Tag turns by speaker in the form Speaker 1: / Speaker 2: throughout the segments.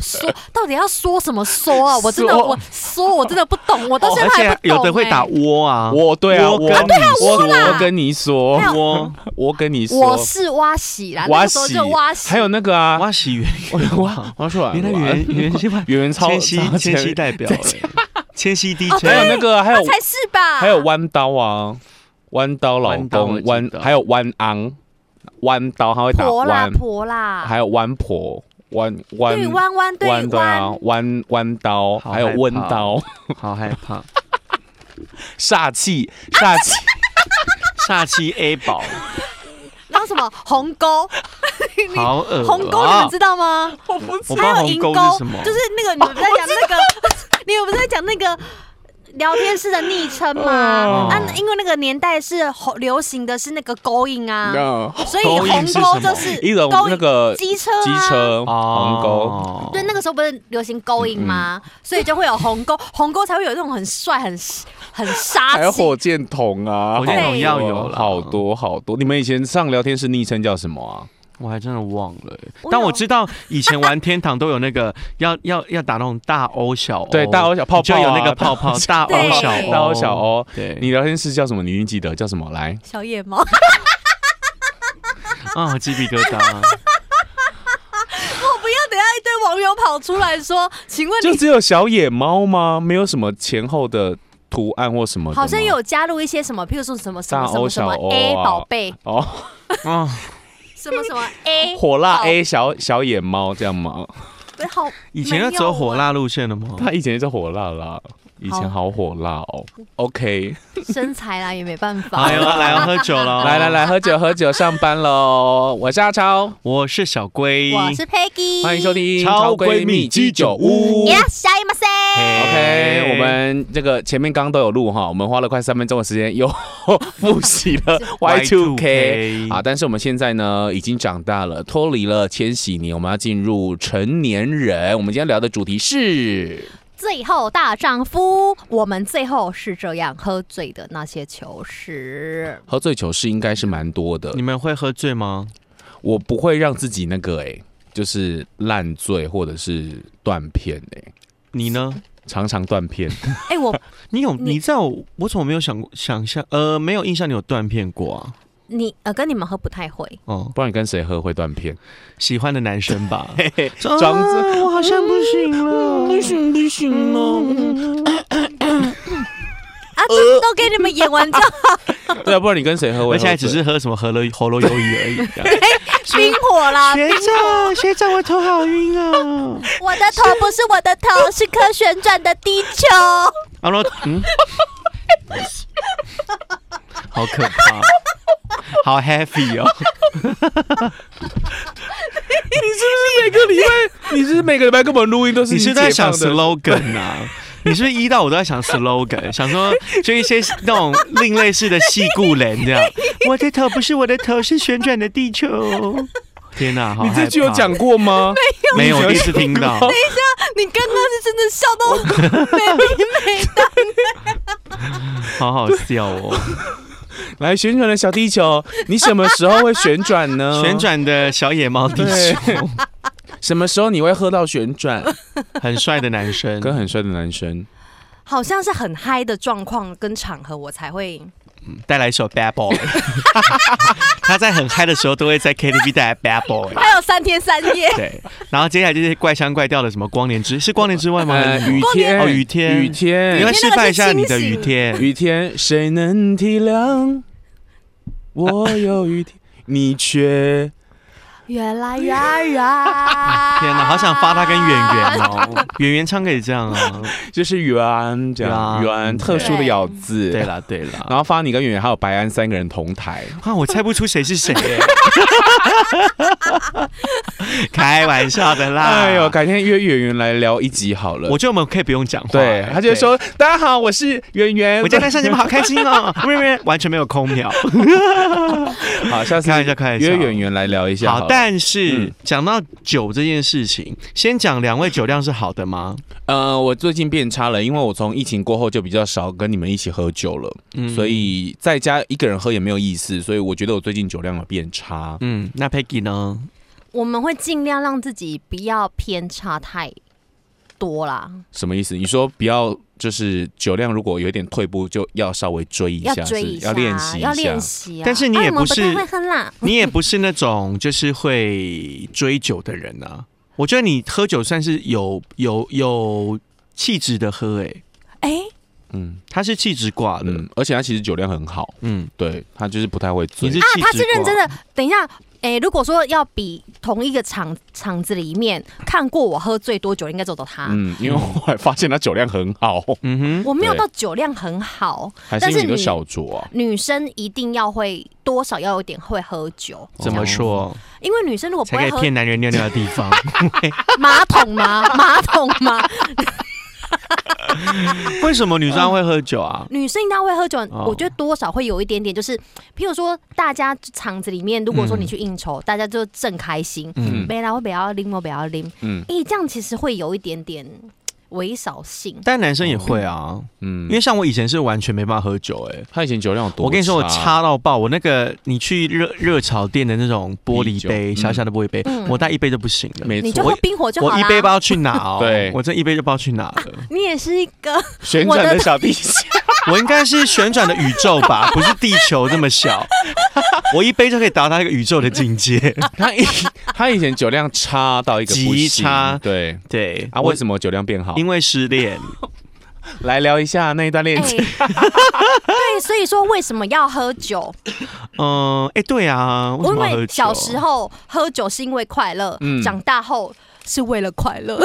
Speaker 1: 说到底要说什么说啊？我真的
Speaker 2: 说
Speaker 1: 我说我真的不懂，我到现
Speaker 2: 哦而
Speaker 1: 在还
Speaker 2: 且
Speaker 1: 不懂、
Speaker 3: 有的会打
Speaker 1: 欸
Speaker 3: 窝啊，
Speaker 2: 我对啊，
Speaker 3: 我
Speaker 2: 我
Speaker 3: 跟你
Speaker 2: 我
Speaker 3: 说
Speaker 1: 啦
Speaker 2: 我跟你说
Speaker 1: 还，有
Speaker 3: 窝
Speaker 2: 我跟你说，
Speaker 1: 我是挖喜啦，那
Speaker 2: 挖
Speaker 1: 个时候
Speaker 2: 喜
Speaker 1: 就挖，喜，
Speaker 2: 还有那个啊，
Speaker 3: 挖起源，
Speaker 2: 我我说
Speaker 3: 原来原原 先把
Speaker 2: 原原超
Speaker 3: 千禧
Speaker 2: 超前
Speaker 3: 千禧代表，哎千禧
Speaker 1: 哦
Speaker 3: DJ，
Speaker 2: 还有那个还有
Speaker 1: 他才是吧？
Speaker 2: 还有弯刀啊，弯刀老
Speaker 3: 弯刀我
Speaker 2: 公
Speaker 3: 知道
Speaker 2: 弯还有弯昂弯刀，他会打
Speaker 1: 婆啦
Speaker 2: 弯，
Speaker 1: 婆啦，
Speaker 2: 还有弯婆弯弯
Speaker 1: 对弯弯对
Speaker 2: 弯对啊弯弯刀，
Speaker 3: 好
Speaker 2: 还有
Speaker 3: 害
Speaker 2: 温
Speaker 3: 怕
Speaker 2: 刀，
Speaker 3: 好害怕，
Speaker 2: 煞气煞气。
Speaker 3: 煞气 A 宝，
Speaker 1: 然后什么鸿 沟，你
Speaker 3: 好恶啊
Speaker 1: 鸿沟你们知道吗？
Speaker 2: 我不知
Speaker 3: 我不知
Speaker 1: 还
Speaker 3: 道
Speaker 1: 有
Speaker 3: 鸿
Speaker 1: 银
Speaker 3: 沟
Speaker 1: 沟
Speaker 3: 是什么，
Speaker 1: 就是那个你们不是 在讲那个， 你们不是在讲那个聊天室的昵称
Speaker 2: 哦
Speaker 1: 吗？啊，因为那个年代是红流行的是那个勾引啊，
Speaker 2: 道。
Speaker 1: 所以
Speaker 3: 勾引
Speaker 1: 鸿沟
Speaker 3: 是什么
Speaker 1: 就是
Speaker 2: 一种
Speaker 1: 勾
Speaker 2: 那
Speaker 1: 引
Speaker 2: 个
Speaker 1: 机车
Speaker 2: 机
Speaker 1: 啊。
Speaker 2: 车鸿沟，
Speaker 3: 哦
Speaker 1: 对，那个时候不是流行勾引
Speaker 2: 嗯
Speaker 1: 吗？所以就会有鸿沟， 鸿沟才会有那种很帅、很很
Speaker 2: 还
Speaker 1: 杀
Speaker 2: 有
Speaker 1: 气。
Speaker 2: 火箭筒啊，
Speaker 3: 火箭
Speaker 1: 筒
Speaker 3: 要有啦
Speaker 2: 好多好多。你们以前上聊天室昵称叫什么啊？
Speaker 3: 我还真的忘了欸、
Speaker 1: 我
Speaker 3: 但我
Speaker 1: 有
Speaker 3: 知道以前玩天堂都有那个要要要打那种大欧小欧，
Speaker 2: 对，大欧小泡泡啊
Speaker 3: 就有那个 泡泡，大欧
Speaker 1: 对
Speaker 3: 小哦欧，
Speaker 2: 大欧小，欧。
Speaker 3: 对，
Speaker 2: 你聊天室叫什么？你一定记得叫什么？来，
Speaker 1: 小野猫， 我
Speaker 3: 啊鸡皮疙 瘩，
Speaker 1: 不要等一下一堆网友跑出来说，请问
Speaker 2: 就
Speaker 1: 你
Speaker 2: 只有小野猫吗？没有什么前后的图案或什么的吗？
Speaker 1: 好像有加入一些什么，譬如说什么什么
Speaker 2: 大
Speaker 1: 什
Speaker 2: 欧
Speaker 1: 么什么
Speaker 2: 小欧
Speaker 1: A
Speaker 2: 啊
Speaker 1: 宝贝，
Speaker 2: 哦，
Speaker 3: 啊，
Speaker 1: 什么什么 A
Speaker 2: 火辣
Speaker 3: 哦
Speaker 1: 宝
Speaker 2: A 小小野猫这样吗？
Speaker 1: 哎好，
Speaker 3: 以前要走火辣路线的吗？
Speaker 1: 啊
Speaker 2: 他以前叫火辣啦，以前好火辣哦。OK，
Speaker 1: 身材啦，也没办法
Speaker 3: 哎。呦，来要喝酒了，
Speaker 2: 来来，来，喝酒喝酒，上班喽！我是阿超，
Speaker 3: 我是小龟，
Speaker 1: 我是 Peggy，
Speaker 2: 欢迎收。听《
Speaker 3: 超闺蜜居酒屋
Speaker 1: 呀，下一马塞，
Speaker 3: 嘿
Speaker 2: OK，我们这个前面刚刚都有录哈，我们花了快三分钟的时间又复习 了 Y2K 啊，但是我们现在呢已经长大了，脱离了千禧年，我们要进入成年人。我们今天聊的主题是
Speaker 1: 最后大丈夫，我们最后是这样喝醉的那些糗事。
Speaker 2: 喝醉酒是应该是蛮多的
Speaker 3: 你，们会喝醉吗？
Speaker 2: 我不会让自己那个哎、就是烂醉或者是断片哎、
Speaker 3: 你呢？
Speaker 2: 常常断 片，
Speaker 1: 哎，我
Speaker 3: 你有
Speaker 1: 你
Speaker 3: 你在我，我怎么没有想过想象？呃，没有印象你有断片过啊？
Speaker 1: 你呃跟你们喝不太会，
Speaker 3: 哦，
Speaker 2: 不然你跟谁喝会断片？
Speaker 3: 喜欢的男生吧，
Speaker 2: 装着
Speaker 3: 啊我好像不行了，不行不行了。
Speaker 1: 啊，这都给你们演完之 后，
Speaker 2: 对啊，不然你跟谁喝会喝醉？
Speaker 3: 我现在只是喝什么喝了喉咙鱿鱼而已。这样
Speaker 1: 冰火啦，
Speaker 3: 学长，学长，我头好晕啊！
Speaker 1: 我的头不是呃我的头，是可旋转的地球。
Speaker 3: 阿罗，嗯，好可怕，好 happy 哦！
Speaker 2: 每个礼拜，你是每个礼拜跟我们录音都是
Speaker 3: 你是在
Speaker 2: 解
Speaker 3: 想
Speaker 2: 放的
Speaker 3: slogan 啊？你是不是一到我都在想 slogan，想说就一些那种另类式的戏故人这样。我的头不是我的头，是旋转的地球。天哪、好
Speaker 2: 你这
Speaker 3: 害
Speaker 2: 句有
Speaker 3: 怕
Speaker 2: 讲过吗？
Speaker 3: 没有？我第一次听到。
Speaker 1: 你刚刚是真的笑到 没皮没的，
Speaker 3: 好好笑哦！
Speaker 2: 来旋转的小地球，你什么时候会旋转呢？
Speaker 3: 旋转的小野猫地球，
Speaker 2: 什么时候你会喝到旋转？
Speaker 3: 很帅的男生，
Speaker 2: 跟很帅的男生，
Speaker 1: 好像是很嗨的状况跟场合，我才会
Speaker 3: 带来一首 Bad Boy。他在很嗨的时候都会在 KTV 带来 Bad Boy。
Speaker 1: 还有三天三 夜。
Speaker 3: 对，然后接下来就是怪腔怪调的什么光年之是光年之外吗？
Speaker 2: 呃雨天，
Speaker 3: 哦，雨天，
Speaker 2: 雨，天，
Speaker 3: 你要
Speaker 1: 雨天
Speaker 3: 示
Speaker 1: 那个
Speaker 3: 范
Speaker 1: 是
Speaker 3: 一下你
Speaker 1: 星
Speaker 3: 的雨
Speaker 1: 星
Speaker 3: 天。
Speaker 2: 雨天，谁能体 谅我有雨天，你却
Speaker 1: 越来越热。
Speaker 3: 天哪，好想发他跟圆圆哦，圆圆唱可以这 样啊。
Speaker 2: 就是圆这样
Speaker 3: 圆
Speaker 2: 圆特殊的咬字，
Speaker 3: 对，啦对啦，
Speaker 2: 然后发你跟圆圆还有白安三个人同台，
Speaker 3: 啊，我猜不出谁是 谁耶。开玩笑的啦。
Speaker 2: 哎呦，改天约圆圆来聊一集好了
Speaker 3: 啊我。觉得我们可以不用讲话。
Speaker 2: 对，
Speaker 3: 哎
Speaker 2: 他就会。说：“大家好，我是圆圆。”
Speaker 3: 对我今天来上节目好开心哦，不是不是，完全没有空调。
Speaker 2: 好，下次
Speaker 3: 开玩笑开玩笑
Speaker 2: 约圆圆来聊一下好
Speaker 3: 好，
Speaker 2: 了。
Speaker 3: 但是
Speaker 2: 嗯
Speaker 3: 讲到酒这件事情，先讲两位酒量是好的吗？
Speaker 2: 呃，我最近变差了，因为我从疫情过后就比较少跟你们一起喝酒了，
Speaker 3: 嗯
Speaker 2: 所以在家一个人喝也没有意思，所以我觉得我最近酒量有变差。
Speaker 3: 嗯，那 Peggy 呢？
Speaker 1: 我们会尽量让自己不要偏差太多啦，
Speaker 2: 什么意思？你说不要就是酒量，如果有一点退步，就要稍微追一
Speaker 1: 要
Speaker 2: 下，
Speaker 1: 追
Speaker 2: 是不是
Speaker 1: 一下，
Speaker 2: 要练习一
Speaker 1: 要
Speaker 2: 下。
Speaker 1: 练习啊。
Speaker 3: 但是你
Speaker 1: 啊
Speaker 3: 也
Speaker 1: 我们
Speaker 3: 不
Speaker 1: 不
Speaker 3: 是
Speaker 1: 太会哼啦，
Speaker 3: 你也不是那种就是会追酒的人啊。我觉得你喝酒算是有有有气质的喝、欸，哎，
Speaker 1: 哎，
Speaker 2: 嗯
Speaker 3: 他是气质挂的，
Speaker 2: 嗯，而且他其实酒量很好，
Speaker 3: 嗯，
Speaker 2: 对他就是不太会醉
Speaker 3: 你是。
Speaker 1: 啊，
Speaker 3: 气质挂、
Speaker 1: 他是认真的。等一下，哎、如果说要比同一个场场子里面看过我喝最多酒，应该走走他。
Speaker 2: 嗯，因为我后来发现他酒量很好，
Speaker 3: 嗯哼，
Speaker 1: 我没有
Speaker 2: 对
Speaker 1: 到酒量很好，
Speaker 2: 还
Speaker 1: 但
Speaker 2: 是因
Speaker 1: 是
Speaker 2: 为你都
Speaker 1: 你
Speaker 2: 小酌啊。
Speaker 1: 女生一定要会多少要有点会喝酒。
Speaker 3: 哦怎么说、
Speaker 1: 因为女生如果不
Speaker 3: 才可
Speaker 1: 会
Speaker 3: 以
Speaker 1: 喝
Speaker 3: 骗男人尿尿的地方？
Speaker 1: 马桶吗？马桶吗？
Speaker 3: 为什么女生会喝酒啊？
Speaker 1: 女生应该会喝酒，
Speaker 3: 哦
Speaker 1: 我觉得多少会有一点点，就是譬如说大家场子里面，如果说
Speaker 3: 嗯
Speaker 1: 你去应酬，大家就正开心，
Speaker 3: 嗯
Speaker 2: 嗯，
Speaker 1: 没啦，我不要拎，我不要拎，
Speaker 2: 嗯
Speaker 1: 咦，这样其实会有一点点微少性。
Speaker 3: 但男生也会啊，
Speaker 2: 嗯
Speaker 3: 因，为像我以前是完全没办法喝酒、欸，
Speaker 2: 他以前酒量有多？
Speaker 3: 我跟你说，我，差到爆！我那个你去热热炒店的那种玻
Speaker 2: 啤
Speaker 3: 璃
Speaker 2: 酒
Speaker 3: 杯，
Speaker 2: 嗯
Speaker 3: 小小的玻璃杯，
Speaker 1: 嗯
Speaker 3: 我带一杯都不行了。
Speaker 2: 没
Speaker 1: 你就
Speaker 2: 错，
Speaker 1: 喝，冰火就好
Speaker 3: 我
Speaker 1: 啦。
Speaker 3: 一杯不知道去哪哦
Speaker 2: 对
Speaker 3: 我这一杯就不知道去哪了。
Speaker 1: 你也是一 个，
Speaker 2: 旋
Speaker 1: 我
Speaker 2: 转
Speaker 1: 的
Speaker 2: 的 小地球。
Speaker 3: 我应该是旋转的宇宙吧，不是地球这么小。 我一杯就可以达到一个宇宙的境界。
Speaker 2: 他以他以前酒量差到一个不
Speaker 3: 极
Speaker 2: 行
Speaker 3: 差
Speaker 2: 对
Speaker 3: 对
Speaker 2: 啊，为什么酒量变好？
Speaker 3: 因为失恋，
Speaker 2: 来聊一下那一段恋
Speaker 1: 哎，
Speaker 2: 情。
Speaker 1: 对，所以说为什么要喝酒？
Speaker 3: 嗯，哎、对啊，为什
Speaker 1: 因
Speaker 3: 么要喝
Speaker 1: 为
Speaker 3: 酒？
Speaker 1: 小时候喝酒是因为快乐，
Speaker 2: 嗯
Speaker 1: 长大后是为了快乐。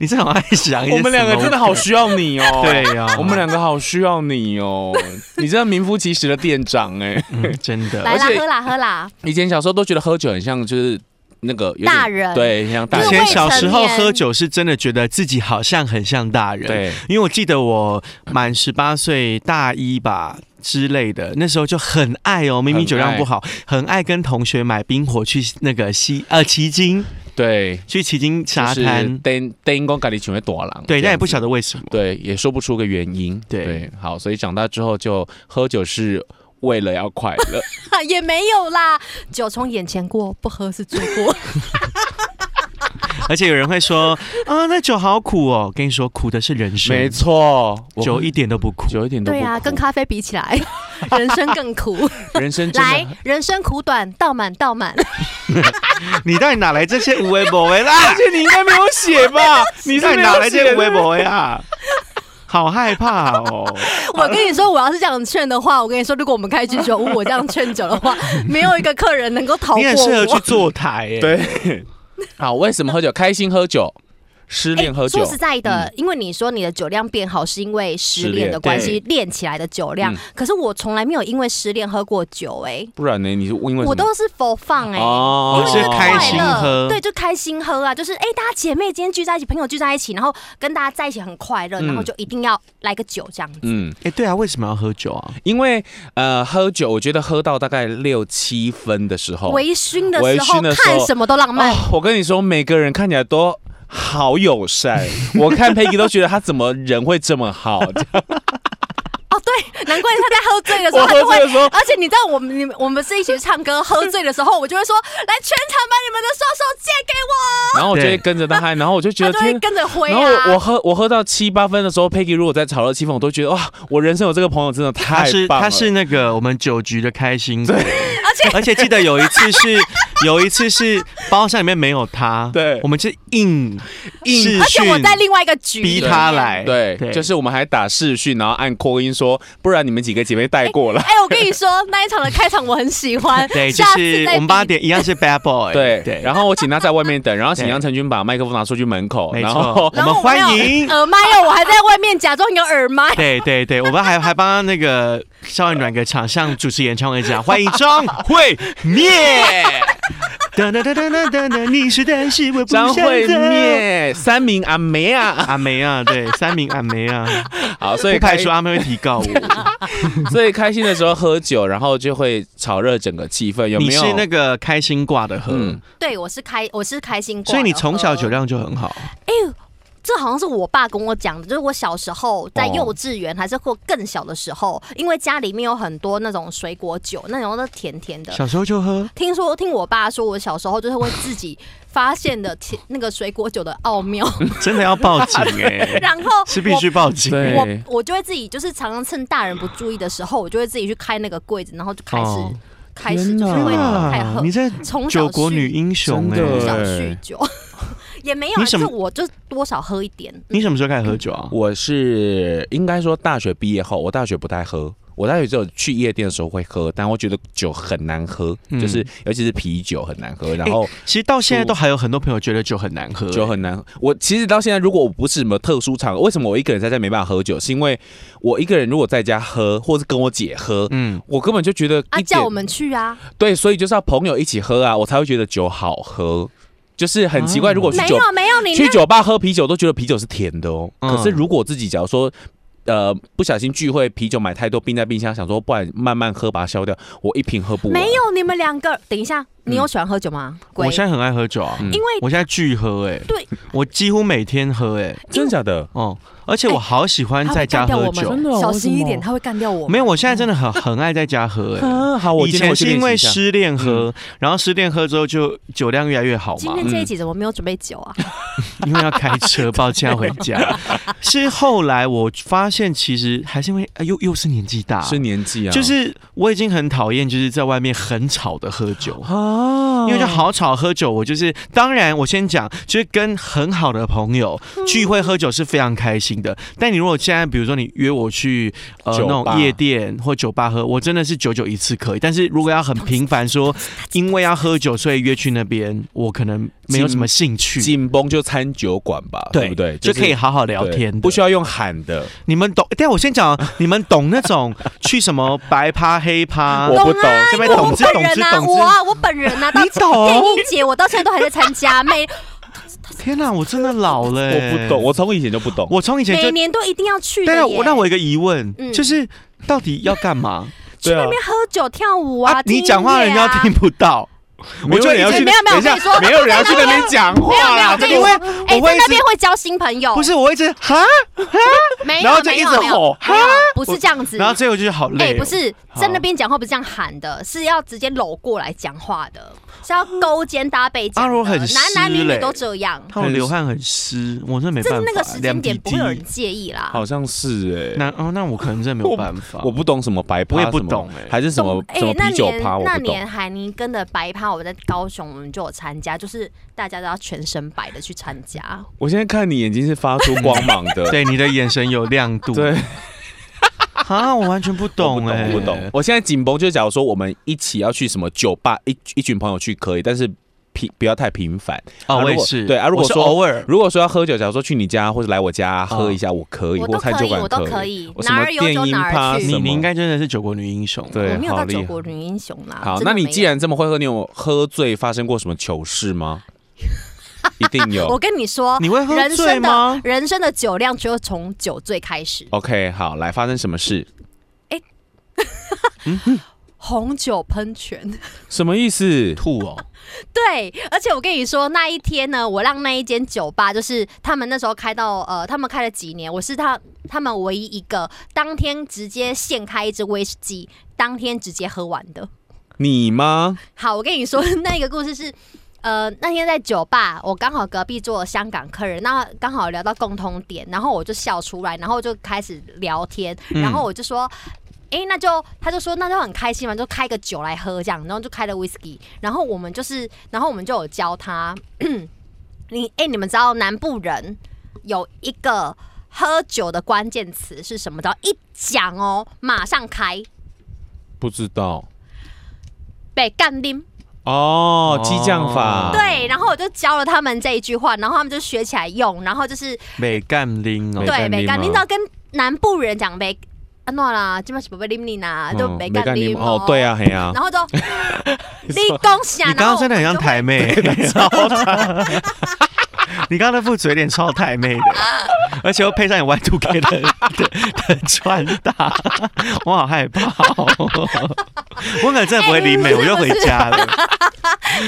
Speaker 3: 你是很爱想一些
Speaker 2: 我们两个真的好需要你哦。
Speaker 3: slogan 对啊呀、
Speaker 2: 我们两个好需要你 哦，你真的名副其实的店长哎、
Speaker 3: 嗯真的。
Speaker 1: 来啦
Speaker 2: 而，且
Speaker 1: 喝啦，喝啦！
Speaker 2: 以前小时候都觉得喝酒很像就是那个有点
Speaker 1: 大人
Speaker 2: 对，很像大
Speaker 3: 以
Speaker 1: 因为
Speaker 2: 人
Speaker 3: 前
Speaker 1: 未成
Speaker 3: 小时候
Speaker 1: 年
Speaker 3: 喝酒是真的觉得自己好像很像大人，
Speaker 2: 对，
Speaker 3: 因为我记得我满十八岁大一吧之类的，那时候就很爱哦，明明酒量不好，很爱跟同学买冰火去那个西呃旗津，
Speaker 2: 对，
Speaker 3: 去旗津沙
Speaker 2: 就是
Speaker 3: 滩。
Speaker 2: 灯灯光咖喱全会躲狼，
Speaker 3: 对，
Speaker 2: 这
Speaker 3: 但
Speaker 2: 样
Speaker 3: 也不
Speaker 2: 子
Speaker 3: 晓得为什么。
Speaker 2: 对，也说不出个原因。
Speaker 3: 对
Speaker 2: 好，所以长大之后就喝酒是为了要快 乐。
Speaker 1: 也没有啦，酒从眼前过，不喝是罪过。
Speaker 3: 而且有人会说啊，那酒好苦哦。跟你说，苦的是人生，
Speaker 2: 没错，我
Speaker 3: 酒一点都不苦。
Speaker 2: 酒一点都不
Speaker 1: 对啊，
Speaker 2: 苦
Speaker 1: 跟咖啡比起来， 人生更苦。
Speaker 2: 人生 真
Speaker 1: 来
Speaker 2: 的，
Speaker 1: 人生苦短，倒满倒 满。
Speaker 3: 你到底哪来这些无为不啊为啦？
Speaker 2: 这 你应该 没有写 吧？你
Speaker 3: 到
Speaker 2: 是
Speaker 3: 底
Speaker 2: 没
Speaker 3: 哪
Speaker 2: 有
Speaker 3: 来
Speaker 2: 写
Speaker 3: 这些无为
Speaker 2: 的。
Speaker 3: 不为啊？ 好害怕哦！
Speaker 1: 我跟你说，我要是这样劝的话，我跟你说，如果我们开居酒屋，我这样劝酒的 话，没有一个客人能够逃
Speaker 3: 你
Speaker 1: 过
Speaker 3: 很适合去
Speaker 1: 我。
Speaker 3: 坐台耶。
Speaker 2: 对，好，为什么喝酒？开心喝酒，失恋喝酒
Speaker 1: 哎
Speaker 2: 嗯
Speaker 1: 说。实在的，因为你说你的酒量变好，是因为失恋的关系练起来的酒量
Speaker 2: 嗯。
Speaker 1: 可是我从来没有因为失恋喝过酒，哎，
Speaker 2: 不然呢？你是因为什么
Speaker 1: 我都是佛放哎。
Speaker 2: 哦
Speaker 1: 因为
Speaker 3: 是
Speaker 1: 就
Speaker 3: 开
Speaker 1: 快
Speaker 3: 心
Speaker 1: 乐
Speaker 3: 喝
Speaker 1: 对，就开心喝啊，就是哎、大家姐妹今天聚在一起，朋友聚在一起，然后跟大家在一起很快乐，
Speaker 2: 嗯
Speaker 1: 然后就一定要来个酒这样子。
Speaker 2: 嗯，
Speaker 3: 哎，对啊，为什么要喝酒啊？
Speaker 2: 因为呃，喝酒我觉得喝到大概六七分的时候，
Speaker 1: 微醺的
Speaker 2: 哦微
Speaker 1: 时候
Speaker 2: 醺的时候
Speaker 1: 看什么都浪漫，
Speaker 2: 哦，我跟你说，每个人看起来都好友善，我看 Peggy 都觉得他怎么人会这么好。
Speaker 1: 哦，对， 难怪他在喝醉的时
Speaker 2: 我
Speaker 1: 候，他
Speaker 2: 喝
Speaker 1: 就
Speaker 2: 醉
Speaker 1: 会。
Speaker 2: 的时候，
Speaker 1: 而且你知道，我们你们我们是一起去唱歌，喝醉的时候，我就会说，来全场把你们的双手借给我，
Speaker 2: 然后我就会
Speaker 3: 对
Speaker 2: 跟着他嗨，然后我就觉
Speaker 1: 他
Speaker 2: 得
Speaker 1: 就会
Speaker 2: 天。
Speaker 1: 跟着挥
Speaker 2: 然后我我
Speaker 1: 啊。
Speaker 2: 喝我喝到七八分的时候，Peggy 如果在炒热气氛，我都觉得哇，我人生有这个朋友真的
Speaker 3: 他
Speaker 2: 太
Speaker 3: 是
Speaker 2: 棒了。
Speaker 3: 他是那个我们酒局的开 心果，而
Speaker 1: 且
Speaker 3: 且记得有一次是有一次是包厢里面没有他，
Speaker 2: 对
Speaker 3: 我们是硬
Speaker 2: 硬
Speaker 3: 视
Speaker 1: 而且我
Speaker 3: 讯
Speaker 1: 在另外一个局
Speaker 3: 逼
Speaker 1: 里面
Speaker 3: 他。来，
Speaker 2: 对，就是我们还打视讯，然后按扩音说，不然你们几个姐妹带 过了。
Speaker 1: 哎、我跟你说，那一场的开场我很喜欢。
Speaker 3: 对，就
Speaker 1: 下次
Speaker 3: 是
Speaker 1: 再
Speaker 3: 我们八
Speaker 1: 比
Speaker 3: 点一样是 bad boy，
Speaker 2: 对
Speaker 3: 对，
Speaker 2: 然
Speaker 3: 后
Speaker 2: 后我请他在外面等，然后请
Speaker 3: 对
Speaker 2: 杨成军把麦克风拿出去门口，
Speaker 3: 没
Speaker 2: 然后
Speaker 3: 错，我们
Speaker 1: 没有
Speaker 3: 欢迎。
Speaker 1: 耳麦哦，我还在外面假装有耳麦。
Speaker 3: 对对对，我们还还帮那个校园软个场上主持演唱会讲，欢迎张惠
Speaker 2: 哎
Speaker 3: 面。哒哒哒哒哒哒哒，你是但是我不
Speaker 2: 张
Speaker 3: 想
Speaker 2: 惠
Speaker 3: 走。
Speaker 2: 妹、三明阿梅啊，
Speaker 3: 阿梅啊，对，三名阿梅啊，
Speaker 2: 好，所以
Speaker 3: 不排
Speaker 2: 开
Speaker 3: 除阿妹会提告我。
Speaker 2: 所以开心的时候喝酒，然后就会炒热整个气氛，有
Speaker 3: 你
Speaker 2: 没有？
Speaker 3: 是那个开心挂的喝，
Speaker 2: 嗯
Speaker 1: 对，我是开我是开心果，
Speaker 3: 所以你从小酒量就很好。
Speaker 1: 哎呦，这好像是我爸跟我讲的，就是我小时候在
Speaker 3: 哦
Speaker 1: 幼稚园还是或更小的时候，因为家里面有很多那种水果酒，那种都甜甜的。
Speaker 3: 小时候就喝，
Speaker 1: 听说听我爸说，我小时候就是会自己发现 的甜那个水果酒的奥妙，
Speaker 3: 真的要报 警哎、
Speaker 1: 然后
Speaker 3: 是必须报警、
Speaker 2: 对
Speaker 3: 欸。
Speaker 1: 我我就会自己就是常常趁大人不注意的时候，我就会自己去开那个柜子，然后就开始、
Speaker 3: 哦
Speaker 1: 开始就是会
Speaker 2: 天哪
Speaker 1: 开始喝
Speaker 3: 啊你这
Speaker 1: 从小
Speaker 3: 九国女
Speaker 1: 酗
Speaker 3: 英雄哎、
Speaker 2: 真的
Speaker 1: 从小
Speaker 2: 对
Speaker 1: 酗酒， 也没有啊，
Speaker 3: 你什
Speaker 1: 就是
Speaker 3: 么
Speaker 1: 我就多少喝一点。
Speaker 3: 你什么时候开始喝酒啊？
Speaker 2: 我是应该说大学毕业后，我大学不太喝，我大学只有去夜店的时候会喝，但我觉得酒很难喝，
Speaker 3: 嗯哎
Speaker 2: 就是尤其是啤酒很难喝，然后
Speaker 3: 其实到现在都还有很多朋友觉得酒很难喝、欸
Speaker 2: 酒很难喝。我其实到现在，如果我不是什么特殊场合，为什么我一个人在家没办法喝酒？是因为我一个人如果在家喝，或是跟我姐喝。
Speaker 3: 嗯，
Speaker 2: 我根本就觉得
Speaker 1: 啊，
Speaker 2: 一点
Speaker 1: 叫我们去啊！
Speaker 2: 对，所以就是要朋友一起喝啊，我才会觉得酒好喝。就是很奇怪，
Speaker 3: 啊
Speaker 2: 如果去
Speaker 1: 没
Speaker 2: 酒
Speaker 1: 有没有，你
Speaker 2: 去
Speaker 1: 那
Speaker 2: 酒吧喝啤酒都觉得啤酒是甜的哦。
Speaker 3: 嗯
Speaker 2: 可是如果自己假如说。呃，不小心聚会，啤酒买太多，冰在冰箱，想说不然慢慢喝，把它消掉。我一瓶喝不完，
Speaker 1: 没有你们两个。等一下，你有喜欢喝酒吗？
Speaker 3: 嗯我
Speaker 1: 龟
Speaker 3: 现在很爱喝酒啊，
Speaker 2: 嗯
Speaker 1: 因为
Speaker 3: 我现在巨喝哎、
Speaker 1: 对，
Speaker 3: 我几乎每天喝哎、
Speaker 2: 真的假的？
Speaker 3: 哦，而且我好喜
Speaker 1: 哎
Speaker 3: 欢
Speaker 1: 他
Speaker 3: 在
Speaker 1: 会
Speaker 3: 家
Speaker 1: 干掉
Speaker 3: 喝
Speaker 1: 我
Speaker 3: 酒，
Speaker 1: 们，
Speaker 2: 哦
Speaker 1: 小心一
Speaker 2: 为什
Speaker 1: 点，
Speaker 2: 么
Speaker 1: 他会干掉我们。
Speaker 3: 没有，我现在真的很很爱在家喝 哎、
Speaker 2: 啊，好，我
Speaker 3: 以
Speaker 2: 今天
Speaker 3: 前
Speaker 2: 回去
Speaker 3: 是因
Speaker 2: 练习一
Speaker 3: 为
Speaker 2: 下嗯
Speaker 3: 失恋喝，然后失恋喝之后就酒量越来越好
Speaker 1: 今
Speaker 3: 嘛，嗯
Speaker 1: 天这一集怎么没有准备酒啊？
Speaker 3: 因为要开 车，抱歉要回家。是后来我发现，其实还是因为、啊、又又是年纪大，
Speaker 2: 是年纪啊，
Speaker 3: 就是我已经很讨厌就是在外面很吵的喝酒。
Speaker 2: 啊，
Speaker 3: 因为就好吵喝酒，我就是当然，我先讲，就是跟很好的朋友聚会喝酒是非常开心的。但你如果现在比如说你约我去呃
Speaker 2: 酒
Speaker 3: 那
Speaker 2: 吧
Speaker 3: 种夜店或酒吧喝，我真的是久久一次可以。但是如果要很频繁 说，嗯因为要喝酒所以约去那边，我可能没有什么兴趣。
Speaker 2: 紧绷就餐酒馆吧，对不对？
Speaker 3: 就可以
Speaker 2: 是
Speaker 3: 好好聊
Speaker 2: 对
Speaker 3: 天的，
Speaker 2: 不需要用喊的。
Speaker 3: 你们懂？但我先讲，啊你们懂那种去什么白趴黑 趴？
Speaker 2: 我不懂
Speaker 1: 啊
Speaker 3: 这，边
Speaker 1: 我
Speaker 3: 懂
Speaker 1: 我
Speaker 3: 之
Speaker 1: 本
Speaker 3: 懂
Speaker 1: 人
Speaker 3: 之
Speaker 1: 啊，
Speaker 3: 懂之
Speaker 1: 我啊，我本人啊，到
Speaker 3: 你懂？
Speaker 1: 电影节我到现在都还在参加， 每
Speaker 3: 天哪，我真的老了、欸
Speaker 2: 我不懂，，我从以前就不懂。
Speaker 3: 我从以前
Speaker 1: 每
Speaker 3: 就。
Speaker 1: 年都一定要去
Speaker 3: 但是
Speaker 1: 的
Speaker 3: 我
Speaker 1: 耶。
Speaker 3: 让我有一个疑问，
Speaker 1: 嗯
Speaker 3: 就是到底要 干嘛？
Speaker 1: 去
Speaker 2: 对啊
Speaker 1: 那边喝酒跳舞啊，听
Speaker 3: 你
Speaker 1: 音
Speaker 3: 讲话
Speaker 1: 乐
Speaker 3: 人家
Speaker 1: 啊
Speaker 3: 听不到，
Speaker 2: 没有
Speaker 3: 我就
Speaker 2: 人要
Speaker 3: 已
Speaker 2: 去
Speaker 3: 经
Speaker 2: 那，
Speaker 1: 没有没有
Speaker 2: 等一下
Speaker 1: 我跟你说
Speaker 2: 没有人要去那边讲话啦，
Speaker 1: 没
Speaker 2: 这
Speaker 1: 有没
Speaker 2: 个
Speaker 1: 有
Speaker 3: 因为
Speaker 1: 哎，
Speaker 3: 我
Speaker 1: 在
Speaker 3: 会一
Speaker 1: 那
Speaker 3: 直
Speaker 1: 边会交新朋友，
Speaker 3: 不是我一直哈，
Speaker 1: 没有，
Speaker 3: 然后就一直
Speaker 1: 没有
Speaker 3: 吼
Speaker 1: 没
Speaker 3: 哈
Speaker 1: 有，不是这样子。
Speaker 3: 然后最后就是好
Speaker 1: 哎、
Speaker 3: 累哦，
Speaker 1: 不是
Speaker 3: 好
Speaker 1: 在那边讲话不是这样喊的，是要直接搂过来讲话的，是要勾肩搭背讲
Speaker 3: 啊如
Speaker 1: 的。
Speaker 3: 果很湿
Speaker 1: 男男女女
Speaker 3: 嘞
Speaker 1: 都这样，
Speaker 3: 他们流汗很湿，我真的没
Speaker 1: 这
Speaker 3: 办法，
Speaker 1: 那个时间点不会有
Speaker 3: 两
Speaker 1: 人
Speaker 3: 滴滴。
Speaker 1: 介意啦。
Speaker 2: 好像是哎，
Speaker 3: 那哦，那我可能真的没有办法，
Speaker 2: 我不懂欸什么白趴，
Speaker 3: 我也不
Speaker 2: 什么
Speaker 3: 懂哎
Speaker 2: 还是什么
Speaker 1: 懂哎
Speaker 2: 什么
Speaker 1: 那
Speaker 2: 啤酒
Speaker 1: 年
Speaker 2: 趴，我
Speaker 1: 那
Speaker 2: 不懂。
Speaker 1: 年海尼根的白趴，我在高雄，我们就有参加，就是大家都要全身白的去参加。
Speaker 2: 我现在看你眼睛是发出光芒 的，
Speaker 3: 对你的眼神有亮 度，
Speaker 2: 对，
Speaker 3: 啊，我完全不
Speaker 2: 我不
Speaker 3: 懂哎，
Speaker 2: 懂，我不懂。。我现在紧绷，就是假如说我们一起要去什么酒吧，一一群朋友去可以，但是频不要太频繁。啊
Speaker 3: 哦，我也
Speaker 2: 如果
Speaker 3: 是，
Speaker 2: 对啊如果
Speaker 3: 我是
Speaker 2: 说
Speaker 3: 偶尔，
Speaker 2: 如果说要喝酒，假如说去你家或者来我家喝一下，我可以，
Speaker 1: 我都
Speaker 2: 餐
Speaker 1: 可
Speaker 2: 酒
Speaker 1: 以，
Speaker 2: 馆
Speaker 1: 哦我都
Speaker 2: 可
Speaker 1: 可
Speaker 2: 以。
Speaker 1: 以，
Speaker 2: 我什
Speaker 1: 哪
Speaker 2: 么
Speaker 1: 儿有酒
Speaker 2: 电音
Speaker 1: 哪
Speaker 2: 趴
Speaker 1: 儿去
Speaker 2: 什。
Speaker 3: 你
Speaker 2: 么
Speaker 3: 你应该真的是九国女英雄，啊
Speaker 2: 对
Speaker 1: 我没有
Speaker 2: 好
Speaker 1: 到
Speaker 2: 厉
Speaker 1: 九
Speaker 2: 害
Speaker 1: 国女英雄啦。
Speaker 2: 好，
Speaker 1: 真
Speaker 2: 那
Speaker 1: 的
Speaker 2: 你
Speaker 1: 没
Speaker 2: 既
Speaker 1: 有
Speaker 2: 然这么会喝，你有喝醉发生过什么糗 事吗？一定
Speaker 1: 我
Speaker 2: 有。
Speaker 1: 跟你说，
Speaker 3: 你会喝
Speaker 1: 人
Speaker 3: 醉
Speaker 1: 生的
Speaker 3: 吗
Speaker 1: 人生的酒量只有从酒醉开始。
Speaker 2: OK，好，来发生什么事？
Speaker 1: 红酒喷泉，
Speaker 2: 什么意思？
Speaker 3: 吐哦，
Speaker 1: 对，而且我跟你说，那一天呢，我让那一间酒吧，就是他们那时候开到呃，他们开了几年，我是他他们唯一一个当天直接现开一支威士忌，当天直接喝完的。
Speaker 2: 你吗？
Speaker 1: 好，我跟你说， 那个故事是。呃，那天在酒吧，我刚好隔壁坐了香港客人，那刚好聊到共通点，然后我就笑出来，然后就开始聊天，然后我就说，哎、那就他就说那就很开心嘛，就开个酒来喝这样，然后就开了 whisky，然后我们就是，然后我们就有教他， 你哎、你们知道南部人有一个喝酒的关键词是什么？只要一讲哦，马上开
Speaker 2: 不知道
Speaker 1: 被干拎。
Speaker 2: 哦，激将法。
Speaker 3: 哦
Speaker 1: 对，然后我就教了他们这一句话，然后他们就学起来用，然后就是
Speaker 3: 美干林哦，
Speaker 1: 对
Speaker 2: 干
Speaker 1: 没
Speaker 2: 啉
Speaker 1: 干，
Speaker 2: 吗
Speaker 1: 你只要跟南部人讲没安诺啦，基本是不被拎你啦，
Speaker 2: 嗯，
Speaker 1: 就没干拎
Speaker 2: 哦，对
Speaker 1: 啊，
Speaker 2: 啊，嘿啊，
Speaker 1: 然后就你恭喜啊，
Speaker 3: 你刚刚真的很
Speaker 1: 然后
Speaker 3: 像台妹，你刚刚那副嘴脸超太妹
Speaker 1: 啊
Speaker 3: 的，而且又配上你 Y Two K 的的的穿搭，我好害怕、哦。我可能真的不会理美，
Speaker 1: 哎
Speaker 3: 我就回家了。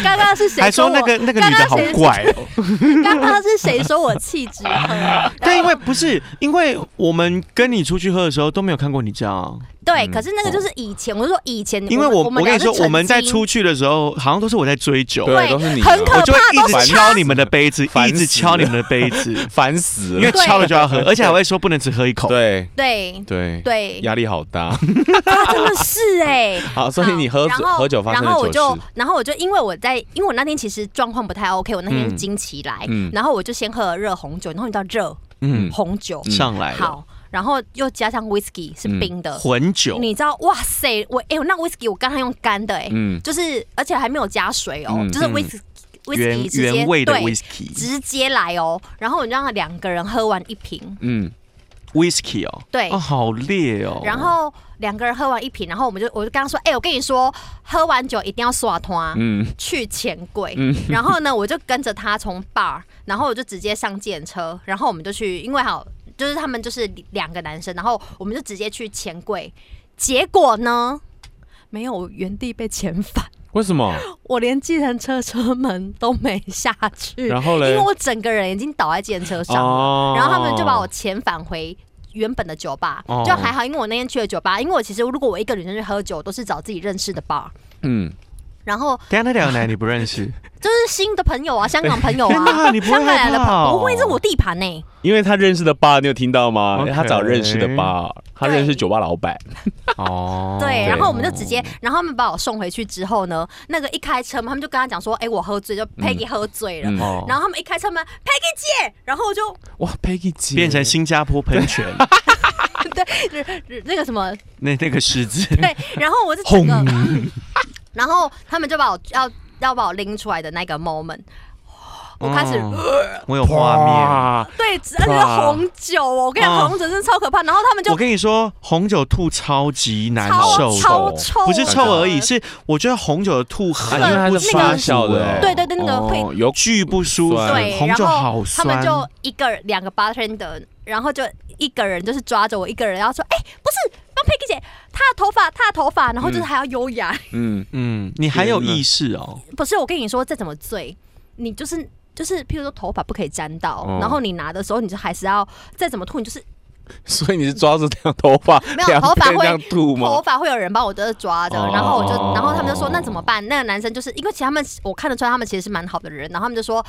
Speaker 1: 刚刚是谁
Speaker 3: 还说
Speaker 1: 我
Speaker 3: 那个那个女的好怪哦。
Speaker 1: 刚刚是谁说我气质很？
Speaker 3: 但因为不是因为我们跟你出去喝的时候都没有看过你这样啊，
Speaker 1: 对，可是那个就是以前，我是说以前，
Speaker 3: 因为我
Speaker 1: 嗯我们
Speaker 3: 跟你
Speaker 1: 俩是
Speaker 3: 说我们
Speaker 1: 曾经
Speaker 3: 在出去的时候好像都是我在追酒，
Speaker 2: 对
Speaker 1: 对，
Speaker 2: 都是你啊
Speaker 1: 很可
Speaker 3: 我就会
Speaker 1: 怕，
Speaker 3: 一
Speaker 1: 都
Speaker 3: 直
Speaker 1: 是
Speaker 3: 敲你们的杯子，
Speaker 2: 烦
Speaker 3: 一直
Speaker 2: 死
Speaker 3: 敲
Speaker 2: 了，
Speaker 3: 你们的杯子
Speaker 2: 烦死
Speaker 3: 因为
Speaker 2: 了。
Speaker 3: 敲了就要喝，而且还会说不能只喝一口。
Speaker 2: 对
Speaker 1: 对
Speaker 2: 对，
Speaker 1: 对，
Speaker 2: 压力好 大。
Speaker 1: 他真的是哎、
Speaker 2: 好，所以你喝
Speaker 1: 好
Speaker 2: 酒
Speaker 1: 然后
Speaker 2: 喝酒发生
Speaker 1: 然后我
Speaker 2: 的糗
Speaker 1: 就
Speaker 2: 事，，
Speaker 1: 然后我就因为我在，因为我那天其实状况不太 OK，我那天
Speaker 3: 嗯
Speaker 1: 是经期来，
Speaker 2: 嗯
Speaker 1: 然后我就先喝了热红酒，然后你知道热、
Speaker 3: 嗯，
Speaker 1: 红酒、
Speaker 3: 上来了，
Speaker 1: 好，然后又加上 whisky 是冰
Speaker 2: 嗯
Speaker 1: 的，
Speaker 3: 混酒，
Speaker 1: 你知道哇塞，我哎、我那 whisky 我刚才用干的哎、
Speaker 2: 嗯，
Speaker 1: 就是而且还没有加水哦，
Speaker 2: 嗯
Speaker 1: 就是
Speaker 3: 嗯
Speaker 1: whisky、
Speaker 3: 原
Speaker 1: whisky 直接
Speaker 3: 原味的
Speaker 1: 对
Speaker 3: whisky，whisky
Speaker 1: 直接来哦，然后我让他两个人喝完一瓶，
Speaker 2: 嗯，
Speaker 3: 哦，
Speaker 1: 对
Speaker 3: 哦，好烈哦。
Speaker 1: 然后两个人喝完一瓶，然后我们就我就跟他说，哎、我跟你说，喝完酒一定要刷团、
Speaker 2: 嗯
Speaker 1: 去钱柜。然后呢，我就跟着他从 bar，然后我就直接上电车，然后我们就去，因为好就是他们就是两个男生，然后我们就直接去钱柜。结果呢，没有原地被遣返，
Speaker 2: 为什么？
Speaker 1: 我连计程车车门都没下去，
Speaker 2: 然后
Speaker 1: 因
Speaker 2: 嘞
Speaker 1: 为，我整个人已经倒在计程车上了。
Speaker 2: 哦
Speaker 1: 然后他们就把我遣返回。原本的酒吧
Speaker 3: 哦
Speaker 1: 就还好，因为我那天去了酒吧，因为我其实如果我一个女生去喝酒，都是找自己认识的 bar，
Speaker 2: 嗯，
Speaker 1: 然后
Speaker 3: 等一下那两个男你不 认识，
Speaker 1: 就是新的朋友啊，香港朋友
Speaker 3: 天
Speaker 1: 啊
Speaker 3: 哪，你不会
Speaker 1: 香港来的
Speaker 3: 害怕
Speaker 1: 吧？
Speaker 3: 哦
Speaker 1: 不会是我地盘呢，
Speaker 2: 因为他认识的吧，你有听到吗
Speaker 3: OK
Speaker 2: 他找认识的吧，他认识酒吧老板。
Speaker 3: 哦，
Speaker 1: 对，然后我们就直接，然后他们把我送回去之后呢，那个一开车门，他们就跟他讲说，哎，我喝醉，就 Peggy 喝醉了，
Speaker 2: 嗯
Speaker 3: 哦
Speaker 1: 然后他们一开车门，Peggy 姐，然后我就
Speaker 2: 哇，Peggy 姐
Speaker 3: 变成新加坡喷泉，
Speaker 1: 那个什么，
Speaker 3: 那那个狮 子，
Speaker 1: 对，然后我就整个， 然后他们就把我要要把我拎出来的那个 moment，我开始。
Speaker 3: 哦我有画面。
Speaker 1: 对，而且是红酒哦，我跟你
Speaker 3: 啊
Speaker 1: 讲，红酒真的超可怕。然后他们
Speaker 3: 我
Speaker 1: 就
Speaker 3: 跟你说，红酒吐超级难
Speaker 1: 超
Speaker 3: 受的，
Speaker 1: 超臭，
Speaker 3: 不是臭而已，是我觉得红酒的吐
Speaker 2: 啊
Speaker 3: 很
Speaker 2: 因为它
Speaker 1: 那
Speaker 2: 是
Speaker 1: 个
Speaker 2: 发酵的欸，
Speaker 1: 对对对，那个会
Speaker 2: 哦有
Speaker 3: 巨不舒服，
Speaker 2: 酸
Speaker 1: 对，
Speaker 3: 呃红
Speaker 1: 然
Speaker 3: 酒
Speaker 1: 后
Speaker 3: 好
Speaker 1: 他
Speaker 3: 酸
Speaker 1: 们。就一个人两个 bartender，然后就一个人就是抓着我一个人，然后说，哎，不是。帮 Peggy 姐，她的头发，她的头发，然后就是还要优雅。
Speaker 2: 嗯，
Speaker 3: 嗯，你还有意识哦，
Speaker 1: 不是，我跟你说，再怎么醉，你就是就是，譬如说头发不可以沾到，
Speaker 2: 哦
Speaker 1: 然后你拿的时候，你就还是要再怎么吐，你就是
Speaker 2: 所以你是抓住这样头发，
Speaker 1: 没有
Speaker 2: 两边
Speaker 1: 头发会
Speaker 2: 这样
Speaker 1: 头
Speaker 2: 吐吗？
Speaker 1: 发会有人帮我就是抓着
Speaker 2: 哦，
Speaker 1: 然后我就，然后他们就
Speaker 2: 哦
Speaker 1: 说那怎么办？那个男生就是因为其实他们我看得出来他们其实是蛮好的人，然后他们就说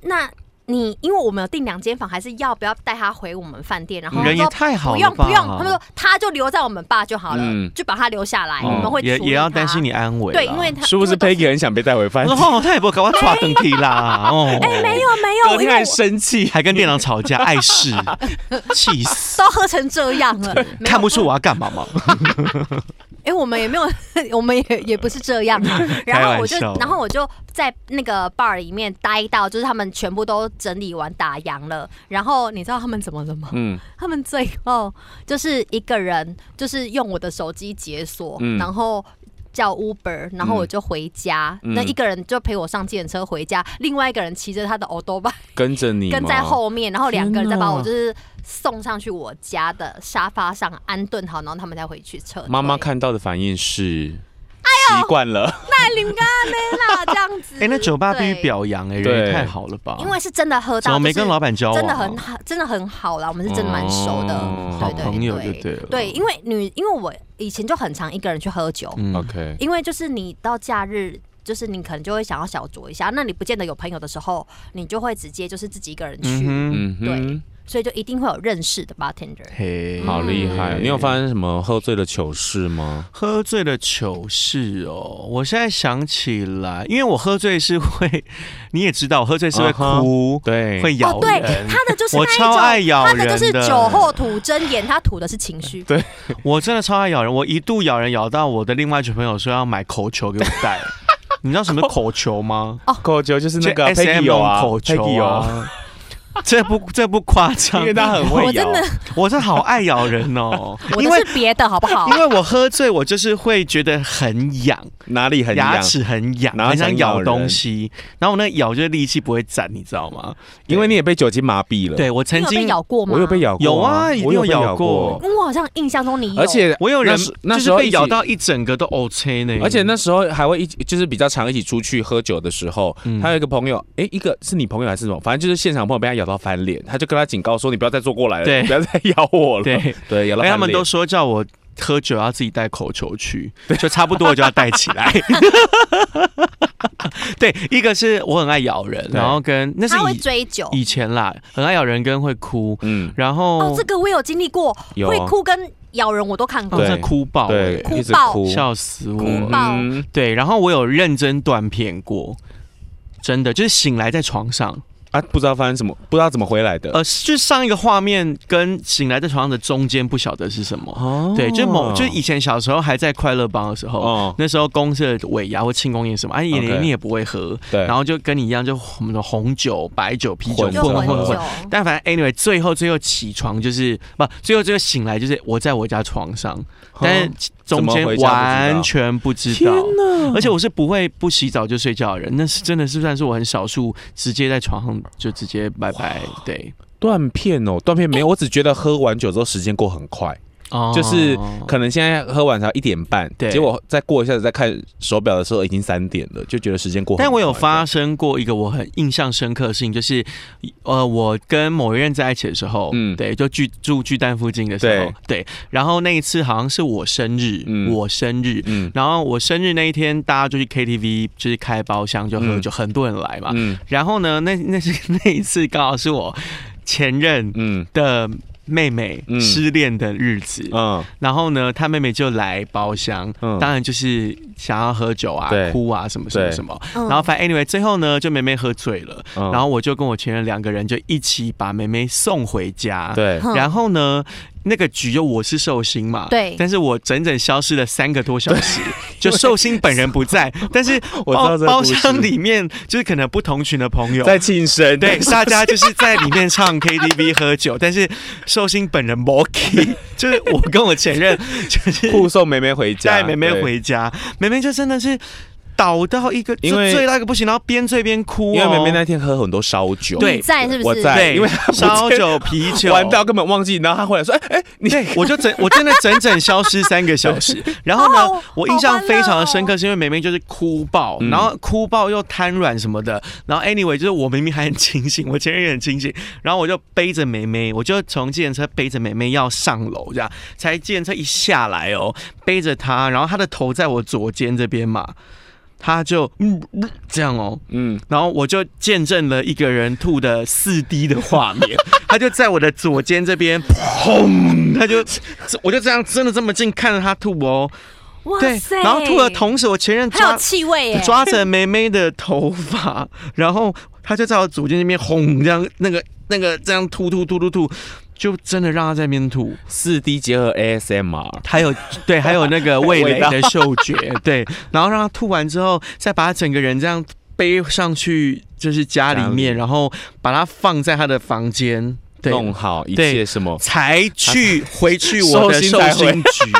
Speaker 1: 那。你因为我们有订两间房，还是要不要带他回我们饭店？然后他
Speaker 3: 人也
Speaker 1: 说
Speaker 3: 太好
Speaker 1: 不
Speaker 3: 了
Speaker 1: 用
Speaker 3: 吧？
Speaker 1: 不用，他们说他就留在我们爸就好了，
Speaker 2: 嗯
Speaker 1: 就把他留下来，
Speaker 2: 哦
Speaker 1: 我们会
Speaker 3: 也
Speaker 1: 处理
Speaker 3: 也要
Speaker 1: 他
Speaker 3: 担心你安危啦。
Speaker 1: 对，因为他
Speaker 2: 是不是
Speaker 1: 因为
Speaker 2: Peggy 很想被带回饭
Speaker 3: 我
Speaker 2: 店
Speaker 3: 说？哦，他也不会赶快抓灯皮
Speaker 1: 哎
Speaker 3: 啦，哦，
Speaker 1: 都没有没有，
Speaker 2: 隔
Speaker 1: 因
Speaker 2: 天
Speaker 1: 为
Speaker 2: 还
Speaker 1: 我
Speaker 2: 生气，
Speaker 3: 还跟店长吵架，碍 事，气死！
Speaker 1: 都喝成这样了，没有
Speaker 3: 看不出我要干 嘛吗？
Speaker 1: 哎、我们也没有， 我们也也不是这样 啊。然后我就
Speaker 3: 开玩笑，
Speaker 1: 然后我就在那个 bar 里面待到，就是他们全部都整理完打烊了。然后你知道他们怎么了吗？
Speaker 2: 嗯，
Speaker 1: 他们最后就是一个人，就是用我的手机解锁，
Speaker 2: 嗯
Speaker 1: 然后。叫 Uber，然后我就回家。
Speaker 2: 嗯
Speaker 1: 那一个人就陪我上计程车回家，另外一个人骑着他的 o d o b
Speaker 2: 跟着 你吗
Speaker 1: 跟在，后面，然后两个人再
Speaker 2: 天哪
Speaker 1: 把我就是送上去我家的沙发上安顿好，然后他们才回去车队。
Speaker 2: 妈妈看到的反应是。
Speaker 1: 哎
Speaker 2: 习惯了，
Speaker 1: 你们刚刚没啦，这样子。
Speaker 3: 哎，那酒吧必须
Speaker 1: 对，
Speaker 3: 表啊扬，哎，人
Speaker 2: 对
Speaker 3: 也太好了吧？
Speaker 1: 因为是真的喝
Speaker 3: 怎
Speaker 1: 到，
Speaker 3: 么
Speaker 1: 就是
Speaker 3: 没跟老板交往啊？
Speaker 1: 真的很好，真的很好啦，我们是真的蛮熟的，
Speaker 2: 哦
Speaker 1: 对
Speaker 3: 好
Speaker 1: 对对
Speaker 3: 朋友就对了。
Speaker 1: 对，因为女，因为我以前就很常一个人去喝酒，
Speaker 3: 嗯
Speaker 2: OK，
Speaker 1: 因为就是你到假日。就是你可能就会想要小酌一下，那你不见得有朋友的时候，你就会直接就是自己一个人去，
Speaker 3: 嗯
Speaker 2: 嗯哼，
Speaker 1: 所以就一定会有认识的 bartender。
Speaker 3: 哼，嘿
Speaker 2: 好厉害！你有发
Speaker 3: 现
Speaker 2: 生什么喝醉的糗事吗？
Speaker 3: 喝醉的糗事哦？我现在想起来，因为我喝醉是会， 你也知道，我喝醉是会
Speaker 2: 啊哈
Speaker 3: 哭，
Speaker 2: 对，
Speaker 3: 会咬
Speaker 1: 哦，对
Speaker 3: 人，。
Speaker 1: 他的就是
Speaker 3: 我
Speaker 1: 那一
Speaker 3: 超爱
Speaker 1: 种，
Speaker 3: 咬
Speaker 1: 他的就是
Speaker 3: 人的
Speaker 1: 酒后吐真言，他吐的是情绪。
Speaker 3: 我真的超爱咬人，我一度咬人咬到我的另外一群朋友说要买口球给我 戴。你知道什么是口球吗？
Speaker 2: 口球就是
Speaker 3: 就
Speaker 2: 那个
Speaker 3: S
Speaker 2: Peggy
Speaker 3: M
Speaker 2: 有啊
Speaker 3: 口球
Speaker 2: ，Peggy 有啊，
Speaker 3: 啊。这不这不夸张，
Speaker 2: 因为他很会
Speaker 1: 我
Speaker 2: 咬
Speaker 1: 真。的，
Speaker 3: 我是好爱咬人 哦
Speaker 1: 我
Speaker 3: 因
Speaker 1: 的
Speaker 3: 为
Speaker 1: 是别的好不好
Speaker 3: 因？为我喝醉，我就是会觉得很痒，
Speaker 2: 哪里很
Speaker 3: 牙
Speaker 2: 痒？
Speaker 3: 齿很痒，
Speaker 2: 然后
Speaker 3: 很想
Speaker 2: 想咬
Speaker 3: 咬
Speaker 2: 人
Speaker 3: 东西，然后我那咬就是力气不会攒，你知道吗？
Speaker 2: 因为你也被酒精麻痹了。，
Speaker 3: 对我曾
Speaker 1: 你有被
Speaker 3: 经
Speaker 1: 咬过吗？
Speaker 2: 我有被咬过、
Speaker 3: 有啊一定
Speaker 2: 我有被
Speaker 3: 有咬
Speaker 2: 咬过
Speaker 3: 过。
Speaker 1: 因为我好像印象中你有，
Speaker 2: 而且
Speaker 3: 我有人
Speaker 2: 那时那
Speaker 3: 就
Speaker 2: 时
Speaker 3: 是
Speaker 2: 候一
Speaker 3: 被
Speaker 2: 起
Speaker 3: 咬到一整个都 OK 呢，
Speaker 2: 而且那时候还会一起，就是比较常一起出去喝酒的时候，
Speaker 3: 嗯
Speaker 2: 他有一个朋友，哎、一个是你朋友还是什么？反正就是现场朋友被他咬到翻脸，他就跟他警告说：“你不要再坐过来了，
Speaker 3: 对
Speaker 2: 不要再咬我了。”
Speaker 3: 对，
Speaker 2: 对，咬到翻脸。
Speaker 3: 哎，他们都说叫我喝酒要自己带口球去，就差不多就要带起来。 对，一个是我很爱咬人，
Speaker 2: 对
Speaker 3: 然后跟那是
Speaker 1: 他会
Speaker 3: 以
Speaker 1: 追酒。
Speaker 3: 以前啦，很爱咬人跟会哭，
Speaker 2: 嗯
Speaker 3: 然
Speaker 1: 哦
Speaker 3: 后，
Speaker 1: 这个我有经历过，
Speaker 3: 啊
Speaker 2: 有
Speaker 1: 会哭跟咬人我都看
Speaker 3: 哦
Speaker 1: 过
Speaker 2: 对。
Speaker 3: 真的哭爆，哎
Speaker 2: 对
Speaker 1: 哭
Speaker 2: 一直
Speaker 1: 爆
Speaker 2: 哭，
Speaker 3: 笑死
Speaker 2: 嗯
Speaker 3: 我。
Speaker 1: 爆
Speaker 2: 嗯
Speaker 3: 对，然后我有认真断片过。真的就是醒来在床上，
Speaker 2: 啊，不知道发生什么，不知道怎么回来的。
Speaker 3: 呃，就是上一个画面跟醒来在床上的中间不晓得是什么，
Speaker 2: 哦
Speaker 3: 对，就是某就是以前小时候还在快乐帮的时候，
Speaker 2: 哦，
Speaker 3: 那时候公司的尾牙或庆功宴什么，哎、你
Speaker 2: OK
Speaker 3: 你也不会喝，
Speaker 2: 对，
Speaker 3: 然后就跟你一样，就我们的红酒、白酒、啤酒
Speaker 2: 混
Speaker 1: 就
Speaker 2: 着
Speaker 3: 混混
Speaker 1: 混
Speaker 3: 混
Speaker 1: 酒。，
Speaker 3: 但反正 anyway，最后最后起床就是不，最后最后醒来就是我在我家床上，
Speaker 2: 哦
Speaker 3: 但是中
Speaker 2: 怎么
Speaker 3: 间
Speaker 2: 回家不知道
Speaker 3: 完全不知道，而且我是不会不洗澡就睡觉的人，那是真的是算是我很少数直接在床上就直接拜拜，对，
Speaker 2: 断片哦，断片没有，我只觉得喝完酒之后时间过很快，
Speaker 3: 哦
Speaker 2: 就是可能现在喝完才一点半，
Speaker 3: 对
Speaker 2: 结果再过一下子再看手表的时候已经三点了，就觉得时间过很快。
Speaker 3: 但我有发生过一个我很印象深刻的事情，就是呃，我跟某一任在一起的时候，
Speaker 2: 嗯
Speaker 3: 嗯，对，就巨住巨蛋附近的时候，对，然后那一次好像是我生日，
Speaker 2: 嗯
Speaker 3: 我生日。
Speaker 2: 嗯
Speaker 3: 然后我生日那一天，大家就去 KTV，就是开包厢就喝
Speaker 2: 嗯
Speaker 3: 酒，很多人来嘛。
Speaker 2: 嗯
Speaker 3: 然后呢，那那是 那一次刚好是我前任
Speaker 2: 嗯
Speaker 3: 的妹妹
Speaker 2: 嗯
Speaker 3: 失恋的日子，
Speaker 2: 嗯
Speaker 3: 然后呢，他妹妹就来包厢，
Speaker 2: 嗯
Speaker 3: 当然就是想要喝酒啊
Speaker 2: 对、
Speaker 3: 哭啊什么什么
Speaker 2: 对
Speaker 3: 什么。
Speaker 1: 嗯
Speaker 3: 然后反正 anyway，最后呢，就梅梅喝醉了，
Speaker 2: 嗯
Speaker 3: 然后我就跟我前任两个人就一起把梅梅送回家。，
Speaker 2: 对
Speaker 1: 哼
Speaker 3: 然后呢，那个局又我是寿星嘛，
Speaker 1: 对
Speaker 3: 但是我整整消失了三个多小时， 就寿星本人不在，但是
Speaker 2: 我知道
Speaker 3: 包
Speaker 2: 这个
Speaker 3: 包
Speaker 2: 故事
Speaker 3: 厢里面就是可能不同群的朋友。
Speaker 2: 在庆生，
Speaker 3: 对，大家就是在里面唱 KTV 喝酒，但是寿星本人 m o k y 就是我跟我前任就是
Speaker 2: 护送梅梅回家，
Speaker 3: 带梅梅回家，梅梅就真的是倒到一个，
Speaker 2: 因
Speaker 3: 就
Speaker 2: 为
Speaker 3: 醉到一个不行，然后边醉边哭、
Speaker 2: 对，
Speaker 3: 哦，
Speaker 2: 因为梅梅那天喝很多烧酒，
Speaker 3: 对
Speaker 1: 你在是不
Speaker 2: 我
Speaker 1: 是？
Speaker 2: 在
Speaker 3: 对，
Speaker 2: 因为
Speaker 3: 烧酒啤酒
Speaker 2: 玩到根本忘记，然后她回来说，哎哎，你
Speaker 3: 对，我就整我真的整整消失三个小时。然后
Speaker 1: 好
Speaker 3: 呢
Speaker 1: 好，
Speaker 3: 我印象非常的深刻，是因为梅梅就是哭爆，
Speaker 2: 嗯
Speaker 3: 然后哭爆又瘫软什么的。然后 anyway，就是我明明还很清醒，我前任也很清醒，然后我就背着梅梅，我就从计程车背着梅梅要上楼，这样才计程车一下来哦，背着她，然后她的头在我左肩这边嘛。她就嗯嗯这样哦，
Speaker 2: 嗯，
Speaker 3: 然后我就见证了一个人吐的四 D 的画 面，他就在我的左肩这边，砰，他就我就这样真的这么近看着他吐哦，
Speaker 1: 哇
Speaker 3: 对，
Speaker 1: 塞，
Speaker 3: 然后吐的同时，我前任
Speaker 1: 还有
Speaker 3: 抓
Speaker 1: 气味耶，
Speaker 3: 抓着梅梅的头发，然后他就在我左肩那边轰，这样那个那个这样吐吐吐吐吐，就真的让他在那边吐。
Speaker 2: 四 D 结合 ASMR，
Speaker 3: 还有对，还有那个味 蕾
Speaker 2: 味道
Speaker 3: 的嗅觉，对，然后让他吐完之后，再把他整个人这样背上去，就是家里
Speaker 2: 家
Speaker 3: 面，然后把他放在他的房间，对，
Speaker 2: 弄好一
Speaker 3: 对
Speaker 2: 切什么
Speaker 3: 才 去回去我的
Speaker 2: 寿
Speaker 3: 寿
Speaker 2: 星才
Speaker 3: 星局，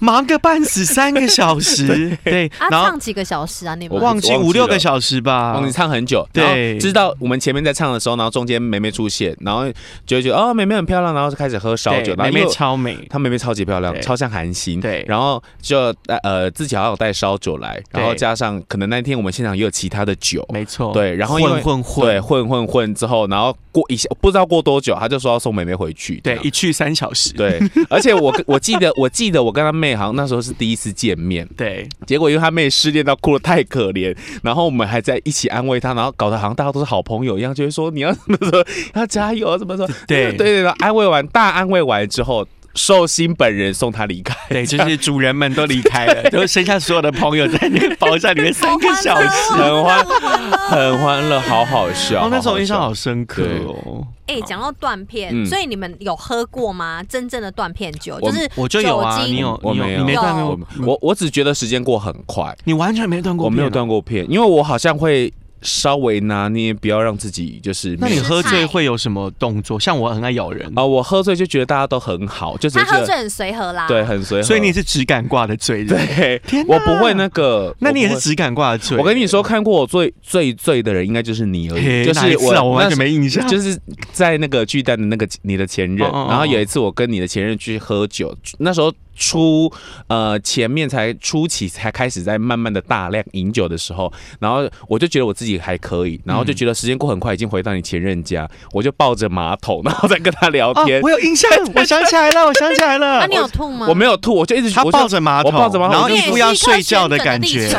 Speaker 3: 忙个半死三个小时，对，
Speaker 1: 啊，
Speaker 3: 然后
Speaker 1: 唱几个小时啊，你
Speaker 2: 我
Speaker 1: 们
Speaker 3: 忘记
Speaker 2: 忘记
Speaker 3: 五六个
Speaker 2: 了
Speaker 3: 小时吧
Speaker 2: 忘，记哦唱很久，
Speaker 3: 啊对
Speaker 2: 然后知道我们前面在唱的时候，然后中间梅梅出现，然后就会觉得哦梅梅很漂亮，然后就开始喝烧酒，
Speaker 3: 对
Speaker 2: 然后
Speaker 3: 妹
Speaker 2: 因为
Speaker 3: 妹超美，
Speaker 2: 她妹妹超级漂亮，
Speaker 3: 对
Speaker 2: 超像韩星，
Speaker 3: 对
Speaker 2: 然后就呃自己好像有带烧酒来，然后
Speaker 3: 对
Speaker 2: 加上可能那天我们现场也有其他的酒，
Speaker 3: 没错，
Speaker 2: 对然后因为
Speaker 3: 混混
Speaker 2: 对
Speaker 3: 混，
Speaker 2: 混混混之后，然后过一下不知道过多久，他就说要送梅梅回去，这
Speaker 3: 对，
Speaker 2: 样
Speaker 3: 一去三小时，
Speaker 2: 对，而且我跟我记得我记得我跟他妹好像那时候是第一次见面，
Speaker 3: 对，
Speaker 2: 结果因为他妹失恋到哭的太可怜，然后我们还在一起安慰她，然后搞得好像大家都是好朋友一样，就会说你要怎么说， 要加油，啊怎么说，
Speaker 3: 对
Speaker 2: 对对，然后安慰完大安慰完之后，寿星本人送她离开，
Speaker 3: 对，就是主人们都离开 了，就剩下所有的朋友在那个包厢里面三个小时。
Speaker 1: 哦
Speaker 3: 哦
Speaker 2: 很欢很欢乐，好好笑。
Speaker 3: 哦，那时候
Speaker 2: 好
Speaker 3: 印象
Speaker 2: 好
Speaker 3: 好深刻哦。
Speaker 1: 哎，讲到断片
Speaker 2: 嗯，
Speaker 1: 所以你们有喝过吗？真正的断片酒
Speaker 2: 我
Speaker 1: 就是
Speaker 3: 我就有啊，
Speaker 1: 酒精
Speaker 3: 你有，
Speaker 2: 我
Speaker 3: 你有，
Speaker 2: 没有
Speaker 3: 你没断过
Speaker 2: 笑，我我只觉得时间过很快，
Speaker 3: 你完全没断过，啊
Speaker 2: 我没有，断过片，因为我好像会稍微拿捏，不要让自己就是
Speaker 3: 那你
Speaker 1: 吃
Speaker 3: 喝醉
Speaker 1: 菜
Speaker 3: 会有什么动作？像我很爱咬人
Speaker 2: 啊、，我喝醉就觉得大家都很好，就只
Speaker 1: 他
Speaker 2: 是觉
Speaker 1: 喝
Speaker 2: 得
Speaker 1: 醉很随和啦，
Speaker 2: 对，很随和。
Speaker 3: 所以你是只敢挂的醉人。
Speaker 2: 对
Speaker 3: 天，哪
Speaker 2: 我不会那个，
Speaker 3: 那你也
Speaker 2: 我
Speaker 3: 是
Speaker 2: 不会。
Speaker 3: 只敢挂的醉。
Speaker 2: 我跟你说，看过我最最醉的人，应该就是你而
Speaker 3: 嘿，
Speaker 2: 已。就是
Speaker 3: 哪一次啊？我完
Speaker 2: 那时
Speaker 3: 全没印象。
Speaker 2: 就是在那个巨蛋的那个你的前任，
Speaker 3: 哦哦哦
Speaker 2: 然后有一次我跟你的前任去喝酒，那时候初呃前面才初期才开始在慢慢的大量饮酒的时候，然后我就觉得我自己还可以，然后就觉得时间过很快，已经回到你前任家，我就抱着马桶，然后再跟他聊
Speaker 3: 哦
Speaker 2: 天，，
Speaker 3: 我有 印象，我想起来了，我想起来
Speaker 1: 那
Speaker 3: 了。
Speaker 1: 啊你有吐吗？
Speaker 2: 我没有吐，我就一直
Speaker 3: 他
Speaker 2: 我就
Speaker 3: 抱着马桶，
Speaker 2: 我抱着马桶
Speaker 3: 然后
Speaker 2: 我就
Speaker 3: 一
Speaker 1: 你也
Speaker 3: 副
Speaker 1: 是
Speaker 3: 要
Speaker 1: 一颗
Speaker 3: 睡觉
Speaker 1: 旋
Speaker 3: 的
Speaker 1: 转
Speaker 3: 感
Speaker 1: 地
Speaker 3: 觉
Speaker 1: 球。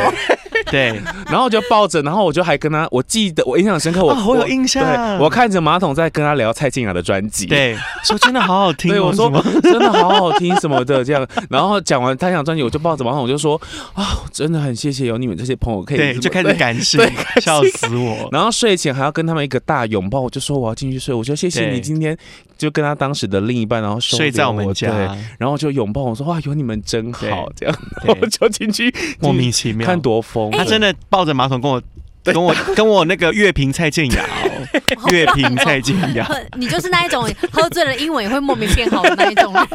Speaker 3: 对，
Speaker 2: 然后我就抱着，然后我就还跟他，我记得我印象很深刻，我、
Speaker 3: 哦我有印象
Speaker 2: 对我看着马桶在跟他聊蔡健雅的专辑，
Speaker 3: 对，说真的好好听哦。
Speaker 2: 对我
Speaker 3: 什
Speaker 2: 说
Speaker 3: 么
Speaker 2: 真的好好听什么的这样，然后讲完他讲专辑，我就抱着马桶我就说啊，真的很谢谢有你们这些朋友可以
Speaker 3: 对，
Speaker 2: 这
Speaker 3: 就
Speaker 2: 么
Speaker 3: 开始
Speaker 2: 对
Speaker 3: 感性， 笑死我。
Speaker 2: 然后睡前还要跟他们一个大拥抱，我就说我要进去睡，我说谢谢
Speaker 3: 对
Speaker 2: 你今天就跟他当时的另一半，然后收
Speaker 3: 睡在
Speaker 2: 留
Speaker 3: 我们家，
Speaker 2: 对然后就拥抱我说哇有你们真好这样，
Speaker 3: 对
Speaker 2: 然后就进去
Speaker 3: 莫名其妙。
Speaker 2: 看多疯，
Speaker 3: 他真的抱着马桶跟我。跟我跟我那个乐评蔡健雅哦， 乐评蔡健 雅，
Speaker 1: 喝， 你就是那一种喝醉了英文也会莫名变好的那一种人。